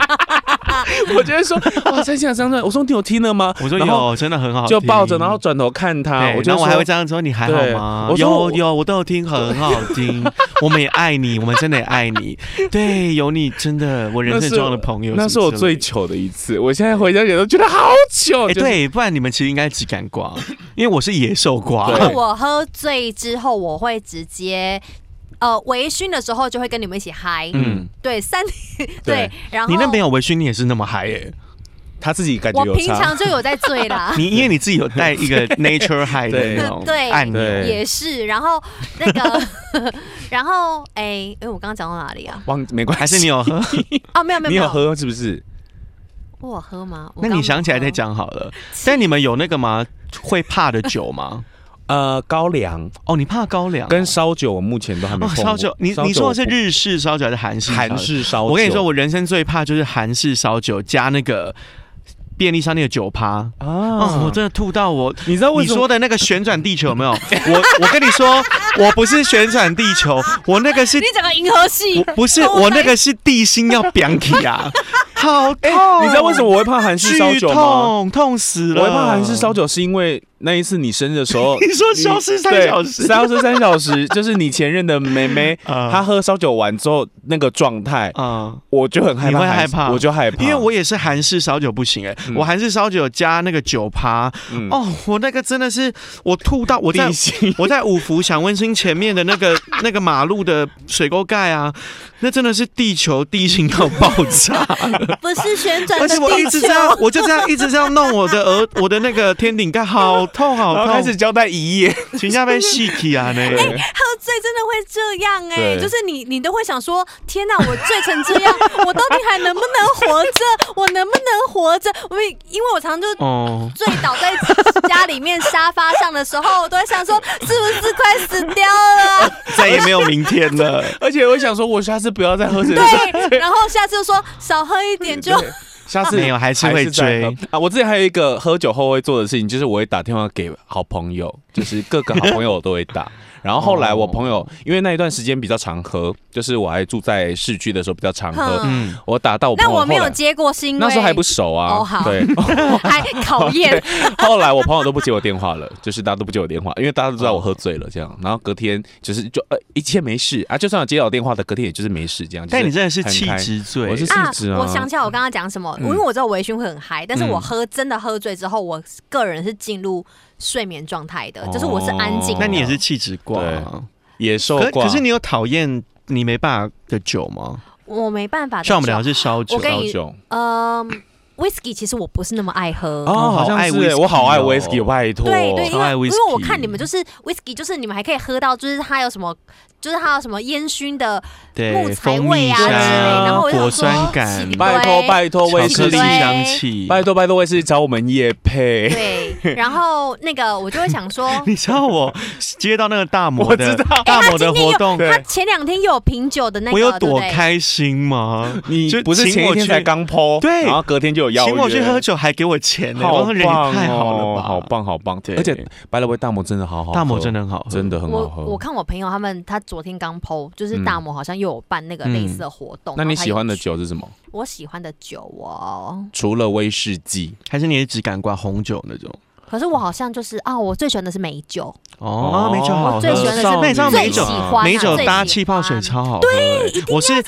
Speaker 2: 我觉得 说哇蔡健雅这张专辑，我说你有听了吗？
Speaker 3: 我说
Speaker 2: 然后
Speaker 3: 有，真的很好听，
Speaker 2: 就抱着，然后转头看他，
Speaker 3: 对，
Speaker 2: 我就
Speaker 3: 然后我还
Speaker 2: 说
Speaker 3: 会这样说，你还好
Speaker 2: 对
Speaker 3: 吗？
Speaker 2: 我说
Speaker 3: 有
Speaker 2: 我
Speaker 3: 有，我都有听，很好 听，我们也爱你，我们真的也爱你，对，有你真的，我人
Speaker 2: 那
Speaker 3: 生
Speaker 2: 是
Speaker 3: 中的朋友，
Speaker 2: 那是我最。糗的一次，我现在回家也都觉得好糗。
Speaker 3: 哎，
Speaker 2: 就是，
Speaker 3: 对，不然你们其实应该只敢刮，因为我是野兽刮，
Speaker 2: 对
Speaker 1: 我喝醉之后，我会直接。呃，微醺的时候就会跟你们一起嗨，
Speaker 2: 嗯，
Speaker 1: 对，三
Speaker 2: 对
Speaker 1: 对，然后
Speaker 3: 你那边有微醺，你也是那么嗨哎，，
Speaker 2: 他自己感觉
Speaker 1: 我
Speaker 2: 有
Speaker 1: 平
Speaker 2: 差。
Speaker 1: 常就有在醉啦
Speaker 3: 你因为你自己有带一个 nature high 的
Speaker 2: 对
Speaker 3: 那种
Speaker 1: 对
Speaker 3: 按钮，
Speaker 2: 对
Speaker 1: 也是，然后那个， 然后哎，哎，我刚刚讲到哪里啊？
Speaker 2: 忘没关系，
Speaker 3: 还是你有喝？
Speaker 1: 哦， 没有没有
Speaker 2: 你
Speaker 1: 没
Speaker 2: 有，喝是不是？
Speaker 1: 我有喝吗？我
Speaker 3: 那
Speaker 1: 刚嗯刚
Speaker 3: 你想起来
Speaker 1: 喝
Speaker 3: 再。讲好了。但你们有那个吗？会怕的酒吗？
Speaker 2: 呃，高粱
Speaker 3: 哦，你怕高粱哦？
Speaker 2: 跟烧酒，我目前都还没
Speaker 3: 哦
Speaker 2: 碰过。
Speaker 3: 烧酒，你你说的是
Speaker 2: 我不
Speaker 3: 日式烧酒还是韩式？
Speaker 2: 韩。式烧酒？
Speaker 3: 我跟你说，我人生最怕就是韩式烧酒加那个便利商店的酒趴。哦，
Speaker 2: 啊
Speaker 3: 我，真的吐到我。
Speaker 2: 你知道为
Speaker 3: 你
Speaker 2: 什
Speaker 3: 说
Speaker 2: 么？
Speaker 3: 的那个旋转地球有没有？我我跟你说，我不是旋转地球，我那个是
Speaker 1: 你，整个银河系
Speaker 3: 我，不是我那个是地心要 b i 起啊， 好痛！
Speaker 2: 你知道为什么？我会怕韩式烧
Speaker 3: 剧
Speaker 2: 酒吗？
Speaker 3: 痛痛死了！
Speaker 2: 我会怕韩式烧酒，是因为那一次你生日的时候
Speaker 3: ，你说消失 三
Speaker 2: 对
Speaker 3: 小时
Speaker 2: 消失三小时，就是你前任的妹妹，
Speaker 3: 啊
Speaker 2: 她喝烧酒完之后那个状态，
Speaker 3: 啊！
Speaker 2: 我就很害
Speaker 3: 你
Speaker 2: 怕
Speaker 3: 会
Speaker 2: 韩，
Speaker 3: 害怕
Speaker 2: 我就害怕，
Speaker 3: 因为我也是韩式烧酒不行哎、
Speaker 2: 嗯
Speaker 3: 我韩式烧酒加那个酒趴，
Speaker 2: 嗯
Speaker 3: 哦，我那个真的是我吐到我在
Speaker 2: 地心
Speaker 3: 我在五福享温馨前面的那 个那个马路的水沟盖啊，那真的是地球地心要爆 炸，
Speaker 1: 不是旋转
Speaker 3: 而
Speaker 1: 的
Speaker 3: 且我一
Speaker 1: 地
Speaker 3: 直
Speaker 1: 球
Speaker 3: 这，样，我就这样一直这样弄我的额我的那个天顶盖，好痛好
Speaker 2: 然后开
Speaker 3: 痛，
Speaker 2: 始交代一夜，
Speaker 3: 请假被戏体啊那个。
Speaker 1: 喝醉真的会这样哎、
Speaker 2: 对
Speaker 1: 就是你你都会想说，天哪，我醉成这样，我到底还能不能活着？我能不能活着？我因为我常常就
Speaker 3: 哦，
Speaker 1: 醉倒在家里面沙发上的时 候，我都会想说，是不是快死掉了啊？
Speaker 3: 再也没有明天了。
Speaker 2: 而且我想说，我下次不要再喝成这样，
Speaker 1: 对，然后下次就说少喝一点就，
Speaker 2: 对下次
Speaker 3: 没有还是
Speaker 2: 再
Speaker 3: 会
Speaker 2: 喝
Speaker 3: 追
Speaker 2: 啊。我之前还有一个喝酒后会做的事情，就是我会打电话给好朋友，就是各个好朋友我都会打。然后后来
Speaker 3: 哦
Speaker 2: 我朋友，因为那一段时间比较常喝，就是我还住在市区的时候比较常喝，
Speaker 1: 哼。
Speaker 3: 嗯，
Speaker 2: 我打到我 朋
Speaker 1: 那
Speaker 2: 友后
Speaker 1: 我
Speaker 2: 来，
Speaker 1: 没有接过，是因为
Speaker 2: 那时候还不熟啊
Speaker 1: 哦好，
Speaker 2: 对，
Speaker 1: 还考 验，
Speaker 2: 后来我朋友都不接我电话了，就是大家都不接我电话，因为大家都知道我喝醉了这样。然后隔天就是就呃一切没事啊，就算有接到我电话的，隔天也就是没事这样。
Speaker 3: 但你
Speaker 2: 就是
Speaker 3: 真的是
Speaker 2: 很
Speaker 3: 气
Speaker 2: 开
Speaker 3: 质哦醉，
Speaker 2: 我是
Speaker 1: 啊
Speaker 2: 气质啊！
Speaker 1: 我想起来我刚刚讲什么，
Speaker 2: 嗯
Speaker 1: 因为我知道微醺会很嗨，但是
Speaker 2: 嗯
Speaker 1: 我喝真的喝醉之后，我个人是进入睡眠状态的，
Speaker 2: 哦
Speaker 1: 就是我是安静的。
Speaker 3: 那你也是气质挂啊、
Speaker 2: 野兽
Speaker 3: 可
Speaker 2: 挂，
Speaker 3: 可是你有讨厌你没办法的酒吗？
Speaker 1: 我没办法的酒。
Speaker 3: 像我们聊的是烧酒
Speaker 1: 啊我，跟
Speaker 2: 烧
Speaker 1: 你
Speaker 2: 酒
Speaker 1: 嗯，whisky 其实我不是那么爱喝。
Speaker 2: 哦，好像
Speaker 3: 爱
Speaker 2: 是
Speaker 3: whisky
Speaker 2: 我好爱
Speaker 3: 哦
Speaker 2: whisky，拜托，
Speaker 1: 对对，因
Speaker 3: 超爱
Speaker 1: 为因
Speaker 3: whisky
Speaker 1: 为我看你们就是 whisky，就是你们还可以喝到，就是它有什么就是它有什么烟熏的
Speaker 3: 对，
Speaker 1: 木材
Speaker 3: 蜂
Speaker 1: 味
Speaker 3: 蜜
Speaker 1: 啊
Speaker 3: 香
Speaker 1: 之类的然后我就想
Speaker 3: 果
Speaker 1: 说哎
Speaker 3: 酸感
Speaker 1: 奇，
Speaker 2: 拜托拜托
Speaker 3: 巧
Speaker 2: 威
Speaker 3: 克
Speaker 2: 士
Speaker 3: 力
Speaker 2: 忌，
Speaker 3: 香气，
Speaker 2: 拜托拜托威士忌找我们叶配。
Speaker 1: 对，然后那个我就会想说，
Speaker 3: 你知道我接到那个大魔
Speaker 2: 我知
Speaker 3: 的
Speaker 2: 道
Speaker 3: 大
Speaker 1: 哎
Speaker 3: 魔的
Speaker 1: 他今天
Speaker 3: 活
Speaker 1: 有
Speaker 3: 动，
Speaker 1: 他前两天又有品酒的那个，
Speaker 3: 我有
Speaker 1: 对不
Speaker 3: 多
Speaker 1: 对
Speaker 3: 开心吗？
Speaker 2: 你
Speaker 3: 就
Speaker 2: 不是
Speaker 3: 请
Speaker 2: 前一
Speaker 3: 我
Speaker 2: 天
Speaker 3: 去
Speaker 2: 才刚剖，
Speaker 3: 对
Speaker 2: 然后隔天就有邀约，
Speaker 3: 请我去喝酒还给我钱呢，
Speaker 2: 好
Speaker 3: 我说
Speaker 2: 棒
Speaker 3: 人也
Speaker 2: 哦，
Speaker 3: 太好哦了吧，
Speaker 2: 好。棒好棒！
Speaker 3: 对
Speaker 2: 而且白了威大魔真的好好喝，
Speaker 3: 大魔真的很好喝，
Speaker 2: 真
Speaker 3: 的。
Speaker 2: 的很好
Speaker 1: 我我
Speaker 2: 喝。
Speaker 1: 看我朋友他们，他昨天刚 PO，就是
Speaker 2: 嗯
Speaker 1: 大魔好像又有办那个类似的活
Speaker 3: 嗯
Speaker 1: 动。
Speaker 2: 那
Speaker 1: 然后
Speaker 2: 你
Speaker 1: 他哦
Speaker 2: 喜
Speaker 1: 有
Speaker 2: 欢的
Speaker 1: 去？
Speaker 2: 酒是什么？
Speaker 1: 我喜欢的酒哦，
Speaker 2: 除了威士忌，
Speaker 3: 还是你也只敢挂红酒那种？
Speaker 1: 可是我好像就是啊，我最喜欢的是美酒，
Speaker 3: 哦，美酒好
Speaker 1: 我
Speaker 3: 喝，
Speaker 1: 最喜欢的是
Speaker 3: 那你知道美
Speaker 1: 最喜
Speaker 3: 酒
Speaker 2: 啊
Speaker 1: 欢啊
Speaker 3: 美酒
Speaker 1: 最
Speaker 3: 搭
Speaker 1: 喜
Speaker 3: 气泡水
Speaker 1: 欢
Speaker 3: 超好喝欸。我是
Speaker 1: 这样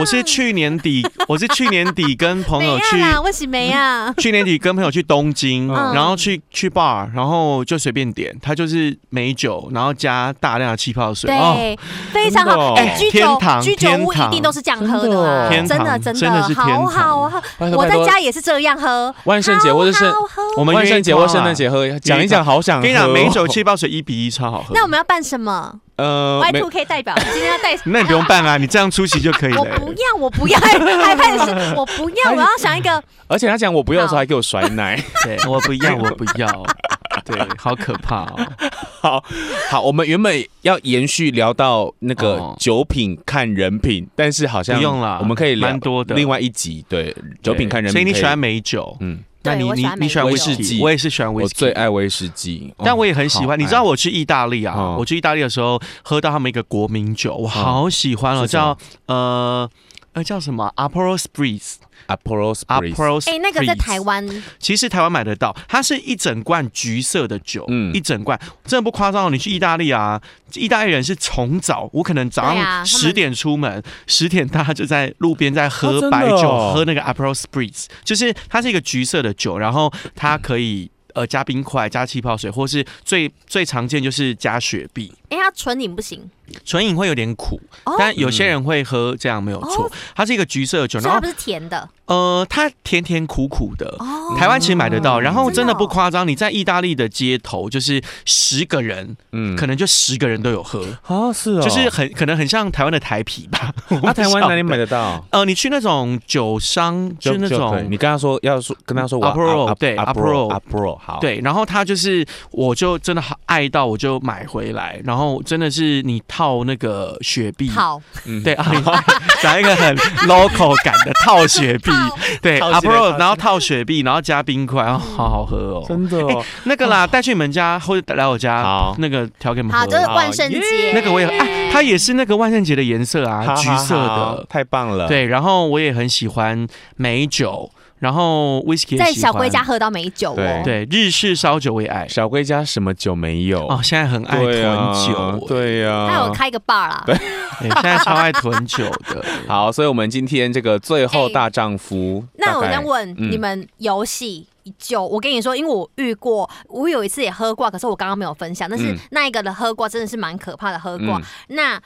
Speaker 3: 我是去年 底，我是去年底跟朋友
Speaker 1: 没
Speaker 3: 去
Speaker 1: 啊啦，为什么呀？
Speaker 3: 去年底跟朋友去东京，
Speaker 1: 嗯
Speaker 3: 然后去去 bar，然后就随便点，它就是美酒，然后加大量的气泡水，哦，
Speaker 1: 对，非常好。
Speaker 2: 真的哦
Speaker 1: 哎，居
Speaker 3: 天
Speaker 1: 酒
Speaker 3: 堂
Speaker 1: 居酒
Speaker 3: 天
Speaker 1: 屋一
Speaker 3: 堂
Speaker 1: 定都是这样喝的
Speaker 2: 真的
Speaker 1: 啦，
Speaker 2: 哦
Speaker 1: 真的
Speaker 3: 天堂
Speaker 1: 真
Speaker 3: 真的是
Speaker 1: 好
Speaker 3: 天
Speaker 1: 好喝。
Speaker 2: 拜托
Speaker 1: 我
Speaker 2: 拜
Speaker 1: 在
Speaker 2: 托
Speaker 1: 家也是这样喝，
Speaker 2: 万圣节或者是
Speaker 1: 好喝。
Speaker 3: 我们
Speaker 2: 万
Speaker 3: 约一
Speaker 2: 圣节
Speaker 3: 趴
Speaker 2: 或
Speaker 3: 啦
Speaker 2: 圣诞节喝，讲一讲，好想喝。
Speaker 3: 跟你讲，美酒气，泡水一比一超好 喝。
Speaker 1: 那我们要办什么
Speaker 2: 呃
Speaker 1: ？Y
Speaker 2: 没
Speaker 1: two K 代表，今天要带。
Speaker 3: 那你不用办啊啦，你这样出席就可 以
Speaker 1: 我
Speaker 3: 了
Speaker 1: 不。要，我不要，哎 还还开始是我不
Speaker 3: 哎
Speaker 1: 要，我要想一个
Speaker 2: 而且他讲我不要的时候还给我甩 奶。
Speaker 3: 对，我不要，我不要。 对，好可怕哦！
Speaker 2: 好好，我们原本要延续聊到那个
Speaker 3: 哦
Speaker 2: 酒品看人品，但是好像
Speaker 3: 不用啦
Speaker 2: 我们可以聊
Speaker 3: 蛮多的
Speaker 2: 另外一集对酒品看人品。
Speaker 3: 所以你喜欢
Speaker 2: 可以？
Speaker 3: 美酒，
Speaker 2: 嗯，
Speaker 3: 那
Speaker 1: 对
Speaker 3: 你
Speaker 1: 我喜
Speaker 3: 你
Speaker 1: 欢
Speaker 3: 你喜欢
Speaker 2: 美
Speaker 3: 威
Speaker 2: 酒
Speaker 3: 士忌，我也是喜欢威
Speaker 2: 我
Speaker 3: 士忌，
Speaker 2: 最爱威士忌，哦
Speaker 3: 但我也很喜
Speaker 2: 好
Speaker 3: 欢。你知道我去意大利啊
Speaker 2: 嗯，
Speaker 3: 我去意大利的时候喝到他们一个国民酒，我好喜欢哦，
Speaker 2: 是什么
Speaker 3: 叫呃呃叫什么 Aperol Spritz，Aperol
Speaker 2: Apollo Spritz，
Speaker 3: Spritz。
Speaker 1: 哎，那个在台，湾
Speaker 3: 其实台湾买得到，它是一整罐橘色的酒，
Speaker 2: 嗯
Speaker 3: 一整罐，真的不夸张哦。你去意大利啊，意大利人是从早，我可能早
Speaker 1: 对啊
Speaker 3: 上
Speaker 1: 他们
Speaker 3: 十点出门，十、点大家就在路边在
Speaker 2: 哦真的
Speaker 3: 喝白酒，
Speaker 2: 哦
Speaker 3: 喝那个 Aperol Spritz，就是它是一个橘色的酒，然后它可以。呃，加冰块、加气泡水，或是最最常见就是加雪碧。
Speaker 1: 哎、它纯饮不行，
Speaker 3: 纯饮会有点苦，
Speaker 1: 哦
Speaker 3: 但有
Speaker 2: 嗯
Speaker 3: 些人会喝，这样没有错。
Speaker 1: 哦
Speaker 3: 它是一个橘色的酒，
Speaker 1: 所以它
Speaker 3: 然后
Speaker 1: 不是甜的
Speaker 3: 呃，它甜甜苦苦的，
Speaker 1: 哦。
Speaker 3: 台湾其实买得到，然后
Speaker 1: 真
Speaker 3: 真
Speaker 1: 的
Speaker 3: 的
Speaker 1: 哦
Speaker 3: 不夸张，你在意大利的街头，就是十个人，
Speaker 2: 嗯
Speaker 3: 可能就十个人都有喝，
Speaker 2: 啊 是哦，
Speaker 3: 就是很可能很像台湾的台啤吧。
Speaker 2: 啊，台湾哪里买
Speaker 3: 的？
Speaker 2: 得 到？
Speaker 3: 呃，你去那种酒商，就是那
Speaker 2: 可以
Speaker 3: 种
Speaker 2: 你跟他说要说跟他说我
Speaker 3: Aperol，
Speaker 2: 啊啊
Speaker 3: 对
Speaker 2: Aperol
Speaker 3: Aperol
Speaker 2: Aperol 好，，
Speaker 3: 对，然后他就是，我就真的好爱到，我就买回来，然后真的是你套那个雪碧，
Speaker 1: 好，
Speaker 2: 嗯
Speaker 3: 对，啊，你讲一个 很 local 感的套雪碧，对
Speaker 2: 套起来套起来
Speaker 3: ，Apro，然后套雪碧，然后加冰块，哦，好好喝哦，
Speaker 2: 真的哦，
Speaker 3: 那个啦，带去你们家或者来我家
Speaker 2: 好，
Speaker 3: 那个调给你们
Speaker 1: 好，
Speaker 3: 喝。
Speaker 1: 就是嗯万圣节，
Speaker 3: 哦那个我也啊，它也是那个万圣节的颜色啊，
Speaker 2: 好
Speaker 3: 橘色
Speaker 2: 好好
Speaker 3: 的。
Speaker 2: 太棒了，，
Speaker 3: 对，然后我也很喜欢美酒，然后 whisky 也
Speaker 1: 在
Speaker 3: 喜
Speaker 1: 小龟
Speaker 3: 欢
Speaker 1: 家。喝到美酒哦
Speaker 2: 对。
Speaker 3: 对，日式烧酒我也爱。
Speaker 2: 小龟家什么酒没有？
Speaker 3: 哦，现在很爱
Speaker 2: 对啊
Speaker 3: 囤酒，
Speaker 2: 对
Speaker 1: 他有
Speaker 3: 呃
Speaker 2: 呀。
Speaker 1: 开一个 bar 啦，
Speaker 3: 对，现在超爱囤酒的。
Speaker 2: 好，所以我们今天这个最后大丈夫，
Speaker 1: 哎那我
Speaker 2: 大概
Speaker 1: 想问
Speaker 2: 嗯
Speaker 1: 你们游戏酒，我跟你说，因为我遇过，我有一次也喝过，可是我刚刚没有分享，但是
Speaker 2: 嗯
Speaker 1: 那一个的喝过真的是蛮可怕的喝过
Speaker 2: 嗯。
Speaker 1: 那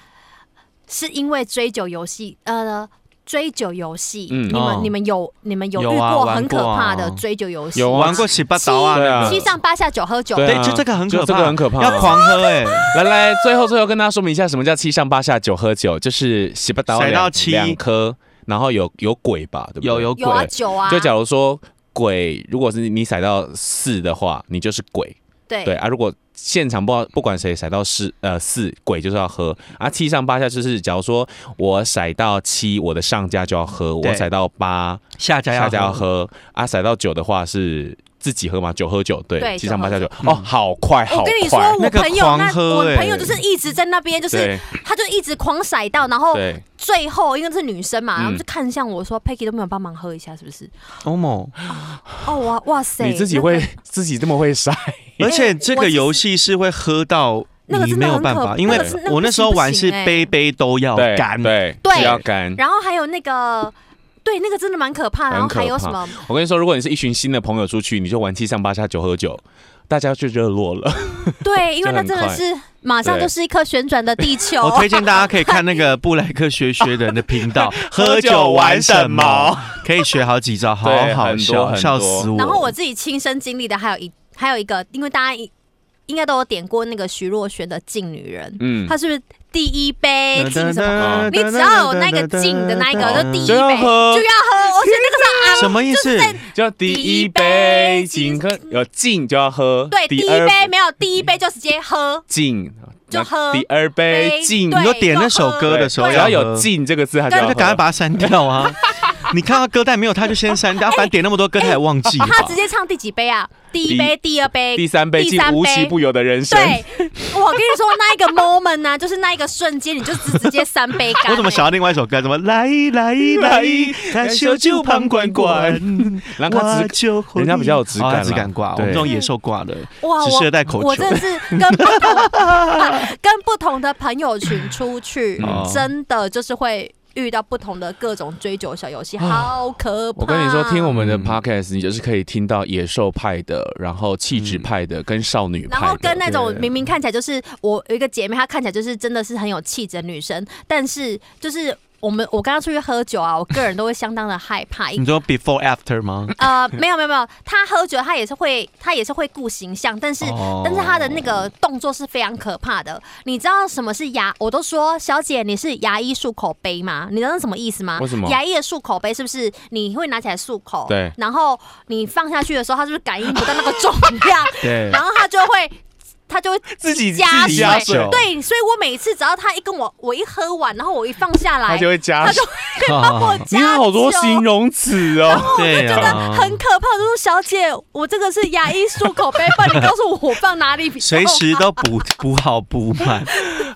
Speaker 1: 是因为追酒游戏，呃。追酒游戏，
Speaker 2: 嗯
Speaker 1: 你们、
Speaker 3: 哦
Speaker 1: 你们有你们有遇
Speaker 3: 有啊
Speaker 1: 过
Speaker 3: 玩
Speaker 1: 很可
Speaker 3: 过啊
Speaker 1: 怕的追酒游戏？
Speaker 2: 有啊
Speaker 3: 玩过七八糟啊，
Speaker 2: 对
Speaker 3: 那
Speaker 2: 啊
Speaker 3: 个
Speaker 1: 七上八下九喝酒，
Speaker 2: 对啊
Speaker 3: 对，就这个很
Speaker 2: 就
Speaker 3: 可
Speaker 2: 这
Speaker 3: 怕，
Speaker 2: 个很可怕
Speaker 3: 要狂喝哎，
Speaker 2: 来来，最后最后跟大家说明一下什么叫七上八下九喝酒，就是洗不倒
Speaker 3: 甩
Speaker 2: 两
Speaker 3: 到七
Speaker 2: 两颗，然后有有鬼吧，对不对？
Speaker 3: 有有
Speaker 1: 有啊
Speaker 3: 鬼，
Speaker 1: 酒啊，
Speaker 2: 就假如说鬼，如果是你甩到四的话，你就是鬼。
Speaker 1: 对
Speaker 2: 对啊，如果现场不知道不管谁甩到四呃四，鬼就是要喝啊。七上八下就是，假如说我甩到七，我的上家就要喝；
Speaker 3: 对
Speaker 2: 我甩到八，
Speaker 3: 下家
Speaker 2: 下
Speaker 3: 要
Speaker 2: 家要喝啊。甩到九的话是自己喝嘛，九喝九，对，
Speaker 1: 对
Speaker 2: 七上八下九。
Speaker 3: 喝
Speaker 2: 哦，好快，好
Speaker 1: 我跟你说
Speaker 2: 快，，
Speaker 1: 我朋友
Speaker 3: 那个狂
Speaker 1: 那
Speaker 3: 喝
Speaker 1: 我
Speaker 3: 欸
Speaker 1: 朋友就是一直在那边，就是
Speaker 2: 对
Speaker 1: 他就一直狂甩到，然后
Speaker 2: 对，
Speaker 1: 最后因为是女生嘛，
Speaker 2: 嗯
Speaker 1: 然后就看向我说：“Peggy 都没有帮忙喝一下，是不是
Speaker 3: 欧某。？”
Speaker 1: 哦，哇哇塞，
Speaker 2: 你自己
Speaker 1: 那个
Speaker 2: 会自己这么会甩，
Speaker 3: 而且这个游戏是会喝到
Speaker 1: 那个
Speaker 3: 你
Speaker 1: 真
Speaker 3: 没
Speaker 1: 的
Speaker 3: 有
Speaker 1: 很
Speaker 3: 办
Speaker 1: 可
Speaker 3: 法，因为
Speaker 1: 那个是那个
Speaker 3: 我那时候玩是
Speaker 1: 不行欸
Speaker 3: 杯杯都要
Speaker 2: 对
Speaker 3: 干，
Speaker 2: 对
Speaker 1: 对
Speaker 2: 是要干。
Speaker 1: 然后还有那个，对，那个真的蛮可怕的。然后
Speaker 2: 很可怕
Speaker 1: 还有什么？
Speaker 2: 我跟你说，如果你是一群新的朋友出去，你就玩七上八下九喝酒，大家就热络了。
Speaker 1: 对，因为那
Speaker 2: 真的
Speaker 1: 真
Speaker 2: 很哦
Speaker 1: 的是马上就是一颗旋转的地球
Speaker 3: 我。推荐大家可以看 那个布莱克学学人的频道， 喝酒玩什么，可以学好几招，好
Speaker 2: 对
Speaker 3: 好
Speaker 2: 很多
Speaker 3: 笑，
Speaker 2: 很多
Speaker 3: 笑死我。
Speaker 1: 然后我自己亲身经历的还有一还有一个，因为大家一应该都有点过那个徐若瑄的《敬女人》，
Speaker 2: 嗯，
Speaker 1: 她是不是第一杯敬 什么？
Speaker 2: 么
Speaker 1: 你只要有那个敬的那一个，就第一
Speaker 2: 就要
Speaker 1: 杯就要
Speaker 2: 喝
Speaker 1: 喝，而且那个是
Speaker 3: 什
Speaker 1: 昂，
Speaker 3: 么意思？
Speaker 2: 就第一杯敬客，有敬就要喝，
Speaker 1: 对，第一
Speaker 2: 二
Speaker 1: 杯没有第一杯就直接喝，
Speaker 2: 敬
Speaker 1: 就喝
Speaker 2: 第二杯敬，
Speaker 1: 对
Speaker 3: 你就点那首歌的时候
Speaker 2: 只
Speaker 3: 要
Speaker 2: 要
Speaker 3: 喝
Speaker 2: 有“敬”这个字，他就
Speaker 1: 对
Speaker 2: 要
Speaker 3: 那
Speaker 2: 喝
Speaker 3: 就赶快把它删掉啊！ 你看到歌单没有，他就先删
Speaker 1: 哎
Speaker 3: 掉，反正点那么多歌他也忘记吧。
Speaker 1: 她哦直接唱第几杯啊？第一杯、第二杯、
Speaker 2: 第三杯
Speaker 1: 第
Speaker 2: 敬
Speaker 1: 三杯
Speaker 2: 无奇不有的人生。
Speaker 1: 对，我跟你说那一个 moment 呢、就是那一个瞬间，你就直直接三杯干、欸
Speaker 3: 我怎么想到另外一首歌？怎么来来来，在小酒旁管管，
Speaker 2: 然后他只
Speaker 3: 就
Speaker 2: 人家比较有质感啦
Speaker 3: 哦质感挂，我
Speaker 2: 对
Speaker 3: 们这种野兽挂的，
Speaker 1: 哇，我
Speaker 3: 只适合戴口
Speaker 1: 我
Speaker 3: 球
Speaker 1: 真 的是跟不同、跟不同的朋友群出去，
Speaker 3: 嗯
Speaker 1: 真的就是会遇到不同的各种追求小游戏，
Speaker 2: 啊
Speaker 1: 好可怕！
Speaker 2: 我跟你说，听我们的
Speaker 3: 嗯
Speaker 2: podcast，你就是可以听到野兽派的，然后气
Speaker 3: 嗯
Speaker 2: 质派的，跟少女派
Speaker 1: 然
Speaker 2: 的，
Speaker 1: 后跟那种
Speaker 3: 对
Speaker 1: 明明看起来就是我有一个姐妹，她看起来就是真的是很有气质的女生，但是就是我们我跟她出去喝酒啊，我个人都会相当的害怕，因
Speaker 3: 你说 before after 吗？
Speaker 1: 呃，没有没有没有，他喝酒他也是会，他也是会顾形象，但是、
Speaker 3: 哦
Speaker 1: 但是他的那个动作是非常可怕的。你知道什么是牙？我都说小姐你是牙医漱口杯吗？你知道是什么意思吗？
Speaker 2: 为什么
Speaker 1: 牙医的漱口杯是不是你会拿起来漱口？
Speaker 2: 对
Speaker 1: 然后你放下去的时候，它是不是感应不到那个重 量？
Speaker 3: 对
Speaker 1: 然后它就会。它就会
Speaker 2: 自己
Speaker 1: 加
Speaker 2: 自己
Speaker 1: 水
Speaker 2: 加，
Speaker 3: 水
Speaker 1: 对，所以我每次只要他一跟我，我一喝完，然后我一放下来，
Speaker 2: 他就会加
Speaker 1: 他就。帮 我
Speaker 2: 你
Speaker 1: 加
Speaker 2: 有好多
Speaker 1: 酒
Speaker 2: 形容词哦，
Speaker 3: 对
Speaker 1: 真的很可怕。我就说小姐，我这个是牙医漱口杯，不然你告诉我我放哪里比较
Speaker 3: 随时都补补好补 满。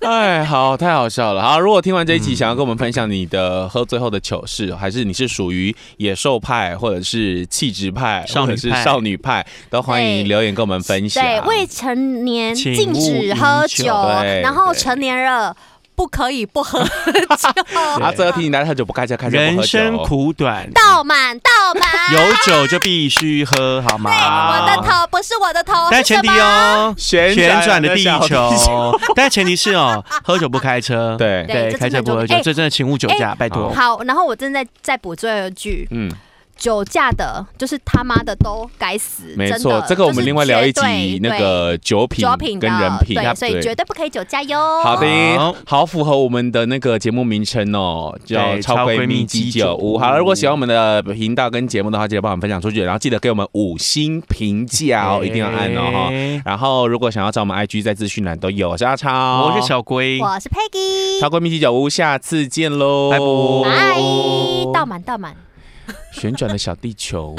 Speaker 2: 哎，好，太好笑了。好，如果听完这
Speaker 3: 嗯
Speaker 2: 一集，想要跟我们分享你的喝醉后的糗事，还是你是属于野兽派，或者是气质派，
Speaker 3: 少女
Speaker 2: 或者是
Speaker 3: 派
Speaker 2: 少女派，都欢迎留言跟我们分享。
Speaker 1: 对未成年
Speaker 3: 请
Speaker 1: 禁止
Speaker 3: 勿
Speaker 1: 喝
Speaker 3: 饮酒
Speaker 1: 酒，
Speaker 2: 对
Speaker 1: 然后
Speaker 2: 对
Speaker 1: 成年了不可以不喝酒，
Speaker 2: 啊，最后提醒大家喝酒不开车，开车不喝
Speaker 3: 人
Speaker 2: 酒。
Speaker 3: 生 苦短，
Speaker 1: 倒满倒满。
Speaker 3: 有酒就必须喝，好吗？
Speaker 2: 啊
Speaker 1: 我的头不是我的头，
Speaker 3: 但
Speaker 1: 是
Speaker 3: 前提
Speaker 1: 什么。
Speaker 3: 哦，
Speaker 2: 旋
Speaker 3: 旋转的地
Speaker 2: 小
Speaker 3: 球，但前提是哦，喝酒不开车。
Speaker 2: 对
Speaker 1: 对
Speaker 3: 对，
Speaker 1: 这真
Speaker 3: 开车
Speaker 1: 的哎
Speaker 3: 不喝
Speaker 1: 很
Speaker 3: 酒
Speaker 1: 重要，
Speaker 3: 这真的请勿酒驾，拜托。
Speaker 1: 好，然后我正在再补最后一句，
Speaker 2: 嗯，
Speaker 1: 酒驾的，就是他妈的都该死，
Speaker 2: 没
Speaker 1: 真
Speaker 2: 错
Speaker 1: 的，
Speaker 2: 这个我
Speaker 1: 就
Speaker 2: 们
Speaker 1: 是
Speaker 2: 另外聊一
Speaker 1: 绝对
Speaker 2: 集那
Speaker 1: 对
Speaker 2: 个酒品
Speaker 1: 酒品的啊
Speaker 2: 跟人品，
Speaker 1: 对，所以绝对不可以酒驾哟。
Speaker 2: 好的
Speaker 3: 好，
Speaker 2: 好符合我们的那个节目名称哦，叫《
Speaker 3: 对
Speaker 2: 超
Speaker 3: 超
Speaker 2: 闺蜜
Speaker 3: 闺蜜
Speaker 2: 鸡
Speaker 3: 鸡
Speaker 2: 酒
Speaker 3: 酒
Speaker 2: 屋》。好了，如果喜欢我们的频道跟节目的话，记得帮我们分享出去，然后记得给我们五星评价哦，一定要按哦哈。
Speaker 3: 哎
Speaker 2: 然后如果想要找我们 IG，在资讯栏都有。我是阿超，
Speaker 3: 我是小龟，
Speaker 1: 我是 Peggy，
Speaker 2: 超闺蜜鸡酒屋，下次见喽，
Speaker 3: 拜
Speaker 1: 拜，倒
Speaker 2: 拜。
Speaker 1: 满倒满。
Speaker 2: 旋转的小地球。